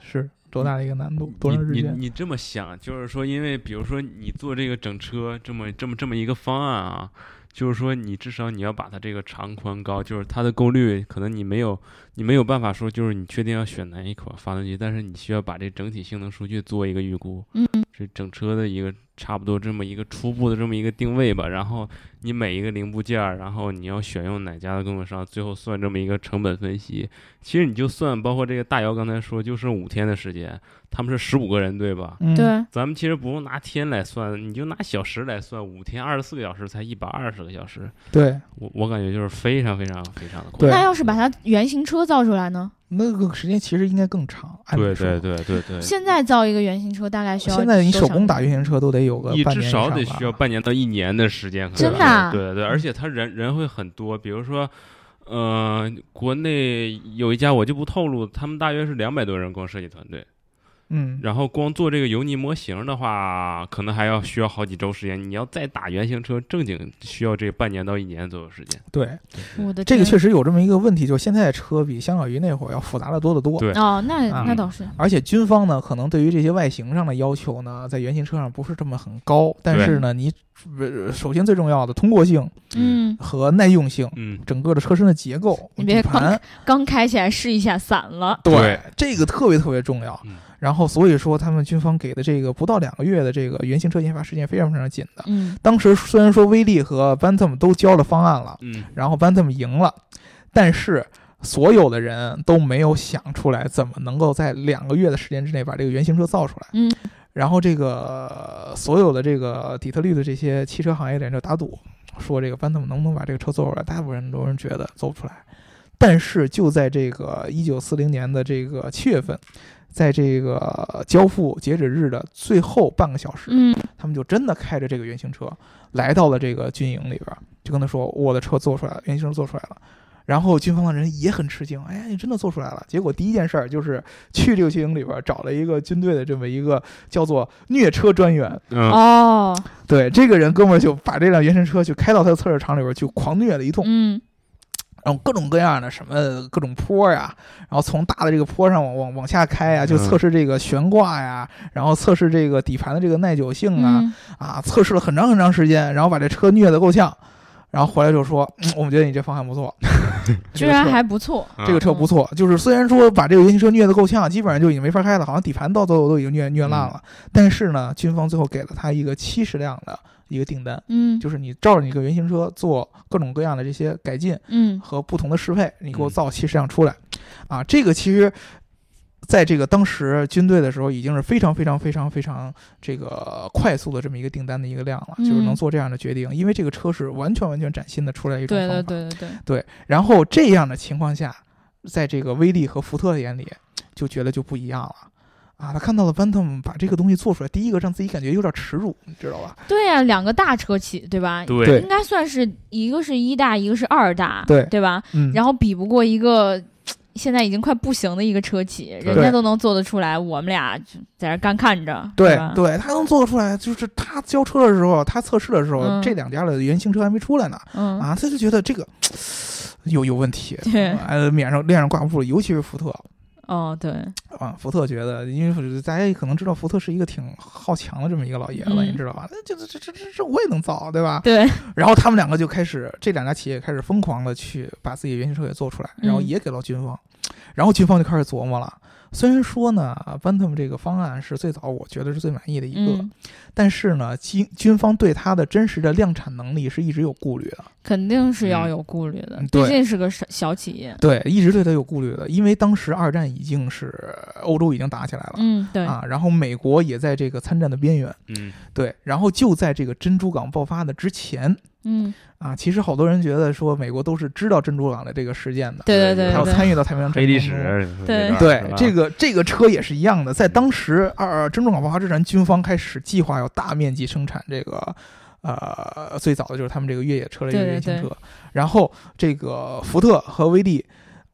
[SPEAKER 3] 是多大的一个难度？多长时
[SPEAKER 4] 你
[SPEAKER 3] 间？
[SPEAKER 4] 你你这么想，就是说，因为比如说你做这个整车这么这么这么一个方案啊，就是说你至少你要把它这个长宽高，就是它的功率，可能你没有你没有办法说就是你确定要选哪一款发动机，但是你需要把这整体性能数据做一个预估，
[SPEAKER 2] 嗯，
[SPEAKER 4] 是整车的一个差不多这么一个初步的这么一个定位吧，然后你每一个零部件儿，然后你要选用哪家的供应商，最后算这么一个成本分析。其实你就算包括这个大姚刚才说，就剩五天的时间，他们是十五个人对吧？
[SPEAKER 3] 嗯，
[SPEAKER 2] 对，
[SPEAKER 4] 咱们其实不用拿天来算，你就拿小时来算，五天二十四个小时才一百二十个小时，
[SPEAKER 3] 对，
[SPEAKER 4] 我我感觉就是非常非常非常的快。
[SPEAKER 3] 对
[SPEAKER 2] 那要是把它原型车造出来呢？
[SPEAKER 3] 那个时间其实应该更长。按理
[SPEAKER 4] 对
[SPEAKER 3] 说
[SPEAKER 4] 对对对对，
[SPEAKER 2] 现在造一个原型车大概需要
[SPEAKER 3] 现在你
[SPEAKER 2] 多
[SPEAKER 3] 手
[SPEAKER 2] 长
[SPEAKER 3] 工打原型车都得有个
[SPEAKER 4] 你
[SPEAKER 3] 半
[SPEAKER 4] 至
[SPEAKER 3] 年以
[SPEAKER 4] 少
[SPEAKER 3] 上
[SPEAKER 4] 得
[SPEAKER 3] 吧
[SPEAKER 4] 需要半年到一年的时间可能，
[SPEAKER 2] 真的啊
[SPEAKER 4] 对对对，而且他人人会很多，比如说，呃，国内有一家我就不透露，他们大约是两百多人光设计团队，
[SPEAKER 3] 嗯，
[SPEAKER 4] 然后光做这个油泥模型的话，可能还要需要好几周时间，你要再打原型车正经需要这半年到一年左右时间，
[SPEAKER 3] 对，
[SPEAKER 2] 我的
[SPEAKER 3] 这个
[SPEAKER 2] 天
[SPEAKER 3] 确实有这么一个问题，就是现在的车比相较于那会儿要复杂的多得多。
[SPEAKER 4] 对
[SPEAKER 2] 哦，那
[SPEAKER 3] 啊
[SPEAKER 2] 那倒是，
[SPEAKER 3] 而且军方呢，可能对于这些外形上的要求呢，在原型车上不是这么很高，但是呢，你呃首先最重要的通过性
[SPEAKER 2] 嗯，
[SPEAKER 3] 和耐用性，
[SPEAKER 4] 嗯，
[SPEAKER 3] 整个的车身的结构、
[SPEAKER 2] 你别
[SPEAKER 3] 底盘，
[SPEAKER 2] 刚开起来试一下散了，
[SPEAKER 3] 对
[SPEAKER 4] 对
[SPEAKER 3] 这个特别特别重要。
[SPEAKER 4] 嗯
[SPEAKER 3] 然后所以说，他们军方给的这个不到两个月的这个原型车研发时间非常非常紧的。
[SPEAKER 2] 嗯，
[SPEAKER 3] 当时虽然说威利和 Bantam 都交了方案了，
[SPEAKER 4] 嗯，
[SPEAKER 3] 然后 Bantam 赢了，但是所有的人都没有想出来怎么能够在两个月的时间之内把这个原型车造出来。
[SPEAKER 2] 嗯，
[SPEAKER 3] 然后这个呃所有的这个底特律的这些汽车行业的人就打赌，说这个 Bantam 能不能把这个车做出来？大部分人都人觉得做不出来。但是就在这个一九四零年的这个七月份，在这个交付截止日的最后半个小时，
[SPEAKER 2] 嗯，
[SPEAKER 3] 他们就真的开着这个原型车来到了这个军营里边儿，就跟他说我的车做出来了，原型车做出来了。然后军方的人也很吃惊，哎呀，你真的做出来了！结果第一件事儿就是去这个军营里边儿找了一个军队的这么一个叫做虐车专员。
[SPEAKER 4] 嗯，
[SPEAKER 2] 哦，
[SPEAKER 3] 对，这个人哥们儿就把这辆原型车就开到他的测试场里边儿，就狂虐了一通。
[SPEAKER 2] 嗯，
[SPEAKER 3] 然后各种各样的什么各种坡呀、然后从大的这个坡上往往往下开呀、就
[SPEAKER 4] 嗯
[SPEAKER 3] 测试这个悬挂呀、然后测试这个底盘的这个耐久性啊，
[SPEAKER 2] 嗯，
[SPEAKER 3] 啊，测试了很长很长时间，然后把这车虐得够呛，然后回来就说，嗯、我们觉得你这方案不错，
[SPEAKER 2] 居然
[SPEAKER 3] 这个车
[SPEAKER 2] 还不错，
[SPEAKER 3] 这个车不错，就是虽然说把这个原型车虐得够呛，基本上就已经没法开了，好像底盘到最后都已经虐虐烂了，但是呢，军方最后给了他一个七十辆的一个订单，
[SPEAKER 2] 嗯
[SPEAKER 3] 就是你照着你这个原型车做各种各样的这些改进，
[SPEAKER 2] 嗯，
[SPEAKER 3] 和不同的适配，你给我
[SPEAKER 4] 嗯
[SPEAKER 3] 造七十辆出来，啊，这个其实。在这个当时军队的时候，已经是非常非常非常非常这个快速的这么一个订单的一个量了，
[SPEAKER 2] 嗯
[SPEAKER 3] 就是能做这样的决定，因为这个车是完全完全崭新的出来一种
[SPEAKER 2] 对
[SPEAKER 3] 方法。
[SPEAKER 2] 对对对对，
[SPEAKER 3] 然后这样的情况下，在这个威利和福特眼里，就觉得就不一样了。啊，他看到了 Bantam 把这个东西做出来，第一个让自己感觉有点耻辱，你知道吧？
[SPEAKER 2] 对呀，两个大车企对吧？
[SPEAKER 4] 对
[SPEAKER 3] 对
[SPEAKER 2] 应该算是一个是一大，一个是二大，
[SPEAKER 3] 对
[SPEAKER 2] 对吧？
[SPEAKER 3] 嗯，
[SPEAKER 2] 然后比不过一个现在已经快不行的一个车企，人家都能做得出来，我们俩就在这干看着，
[SPEAKER 3] 对
[SPEAKER 2] 是吧
[SPEAKER 3] 对，他能做得出来，就是他交车的时候，他测试的时候，
[SPEAKER 2] 嗯
[SPEAKER 3] 这两家的原型车还没出来呢。
[SPEAKER 2] 嗯，
[SPEAKER 3] 啊，他就觉得这个有有问题，
[SPEAKER 2] 对
[SPEAKER 3] 呃，脸上脸上挂不住，尤其是福特
[SPEAKER 2] 哦对，
[SPEAKER 3] 啊，福特觉得，因为大家也可能知道，福特是一个挺好强的这么一个老爷子，你
[SPEAKER 2] 嗯
[SPEAKER 3] 知道吧？那这这这这这我也能造，对吧？
[SPEAKER 2] 对，
[SPEAKER 3] 然后他们两个就开始，这两家企业开始疯狂的去把自己的原型车给做出来，然后
[SPEAKER 2] 嗯
[SPEAKER 3] 也给到军方，然后军方就开始琢磨了。虽然说呢，Bantam 这个方案是最早我觉得是最满意的一个，
[SPEAKER 2] 嗯，
[SPEAKER 3] 但是呢，军军方对它的真实的量产能力是一直有顾虑的。
[SPEAKER 2] 肯定是要有顾虑的
[SPEAKER 3] 嗯，
[SPEAKER 2] 毕
[SPEAKER 3] 对啊
[SPEAKER 2] 竟是个小小企业，
[SPEAKER 3] 对，一直对他有顾虑的，因为当时二战已经是欧洲已经打起来了、
[SPEAKER 2] 嗯对，
[SPEAKER 3] 啊，然后美国也在这个参战的边缘，
[SPEAKER 4] 嗯，
[SPEAKER 3] 对，然后就在这个珍珠港爆发的之前
[SPEAKER 2] 嗯
[SPEAKER 3] 啊，其实好多人觉得说美国都是知道珍珠港的这个事件的，
[SPEAKER 2] 对对
[SPEAKER 4] 对
[SPEAKER 2] 对
[SPEAKER 3] 还有
[SPEAKER 2] 对，
[SPEAKER 3] 参与到太平洋战
[SPEAKER 4] 黑
[SPEAKER 3] 争
[SPEAKER 4] 历
[SPEAKER 3] 当中。
[SPEAKER 4] 史，
[SPEAKER 2] 嗯对
[SPEAKER 3] 对这
[SPEAKER 4] 个
[SPEAKER 3] 个这个车也是一样的，在当时二呃珍珠港爆发之前，军方开始计划要大面积生产这个，呃，最早的就是他们这个越野车类
[SPEAKER 2] 对
[SPEAKER 3] 的
[SPEAKER 2] 对
[SPEAKER 3] 原型车，
[SPEAKER 2] 对
[SPEAKER 3] 然后这个福特和威利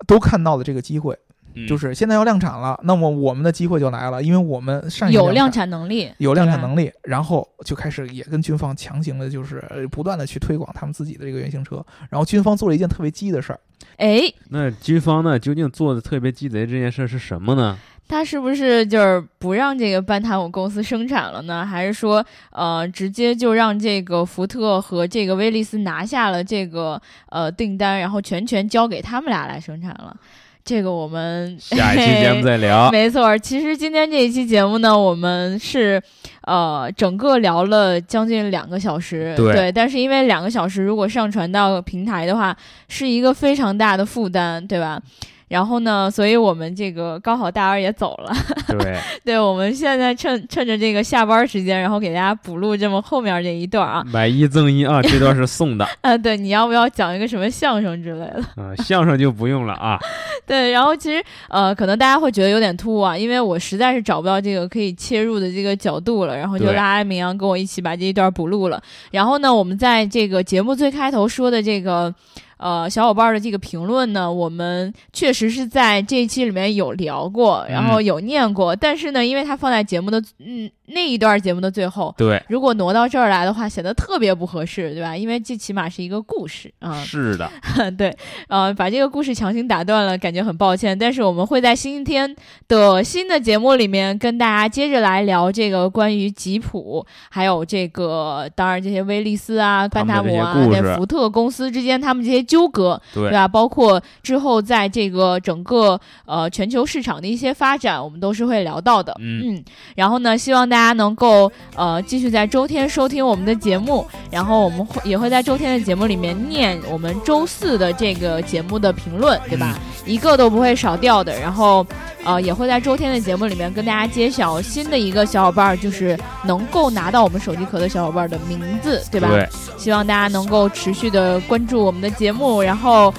[SPEAKER 3] 都看到了这个机会，就是现在要量产了，那么我们的机会就来了，因为我们上一
[SPEAKER 2] 有量
[SPEAKER 3] 量。
[SPEAKER 2] 产能力，
[SPEAKER 3] 有量产
[SPEAKER 2] 对吧啊
[SPEAKER 3] 能力，然后就开始也跟军方强行的，就是呃不断的去推广他们自己的这个原型车。然后军方做了一件特别鸡的事儿，
[SPEAKER 2] 哎，
[SPEAKER 4] 那军方呢，究竟做的特别鸡贼这件事儿是什么 呢？
[SPEAKER 2] 他是不是就是不让这个班塔姆公司生产了呢？还是说，呃，直接就让这个福特和这个威利斯拿下了这个呃订单，然后全权交给他们俩来生产了？这个我们。
[SPEAKER 4] 下一期节目再聊
[SPEAKER 2] 没错儿，其实今天这一期节目呢，我们是呃整个聊了将近两个小时，
[SPEAKER 4] 对
[SPEAKER 2] 但是因为两个小时如果上传到平台的话，是一个非常大的负担，对吧？然后呢，所以我们这个刚好大二也走了，
[SPEAKER 4] 对，
[SPEAKER 2] 对，我们现在趁趁着这个下班时间，然后给大家补录这么后面这一段啊，
[SPEAKER 4] 买一赠一啊，这段是送的。
[SPEAKER 2] 啊，对，你要不要讲一个什么相声之类的？
[SPEAKER 4] 嗯，相声就不用了啊。
[SPEAKER 2] 对，然后其实呃，可能大家会觉得有点突兀啊，因为我实在是找不到这个可以切入的这个角度了，然后就
[SPEAKER 4] 对
[SPEAKER 2] 拉明阳跟我一起把这一段补录了。然后呢，我们在这个节目最开头说的这个。呃，小伙伴的这个评论呢，我们确实是在这一期里面有聊过，然后有念过，但是呢，因为它放在节目的嗯那一段节目的最后，
[SPEAKER 4] 对，
[SPEAKER 2] 如果挪到这儿来的话，显得特别不合适，对吧？因为这起码是一个故事啊，
[SPEAKER 4] 是的，
[SPEAKER 2] 对，呃，把这个故事强行打断了，感觉很抱歉。但是我们会在今天的新的节目里面跟大家接着来聊这个关于吉普，还有这个当然这些威利斯啊、
[SPEAKER 4] 他
[SPEAKER 2] 班
[SPEAKER 4] 们
[SPEAKER 2] 达
[SPEAKER 4] 的这些
[SPEAKER 2] 摩啊、
[SPEAKER 4] 故
[SPEAKER 2] 在
[SPEAKER 4] 事
[SPEAKER 2] 福特公司之间他们这些纠葛，
[SPEAKER 4] 对
[SPEAKER 2] 对吧？包括之后在这个整个呃全球市场的一些发展，我们都是会聊到的。
[SPEAKER 4] 嗯
[SPEAKER 2] 然后呢，希望大家能够呃继续在周天收听我们的节目，然后我们会也会在周天的节目里面念我们周四的这个节目的评论，对吧？一个都不会少掉的。然后呃也会在周天的节目里面跟大家揭晓新的一个小伙伴儿，就是能够拿到我们手机壳的小伙伴儿的名字，对吧？
[SPEAKER 4] 对，
[SPEAKER 2] 希望大家能够持续的关注我们的节目，然后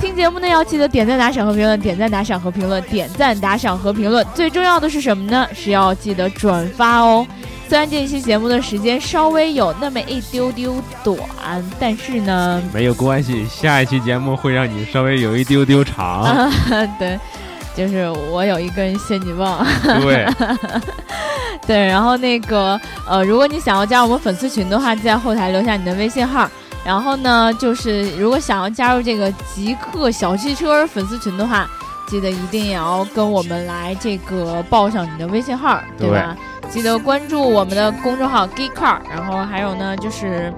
[SPEAKER 2] 听节目呢要记得点赞、打赏和评论，点赞、打赏和评论，点赞、打赏和评论。最重要的是什么呢？是要记得转发哦。虽然这一期节目的时间稍微有那么一丢丢短，但是呢，
[SPEAKER 4] 没有关系，下一期节目会让你稍微有一丢丢长。
[SPEAKER 2] 啊对，就是我有一根仙女棒。
[SPEAKER 4] 对，
[SPEAKER 2] 对，然后那个呃，如果你想要加我们粉丝群的话，在后台留下你的微信号。然后呢，就是如果想要加入这个极客小汽车粉丝群的话，记得一定也要跟我们来这个报上你的微信号，对吧？记得关注我们的公众号 Geek Car，然后还有呢就是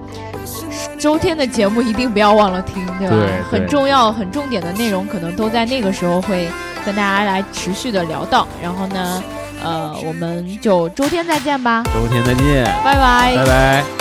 [SPEAKER 2] 周天的节目一定不要忘了听，对吧？
[SPEAKER 4] 对对
[SPEAKER 2] 很重要、很重点的内容可能都在那个时候会跟大家来持续的聊到。然后呢，呃，我们就周天再见吧，
[SPEAKER 4] 周天再见，
[SPEAKER 2] 拜拜
[SPEAKER 4] 拜拜。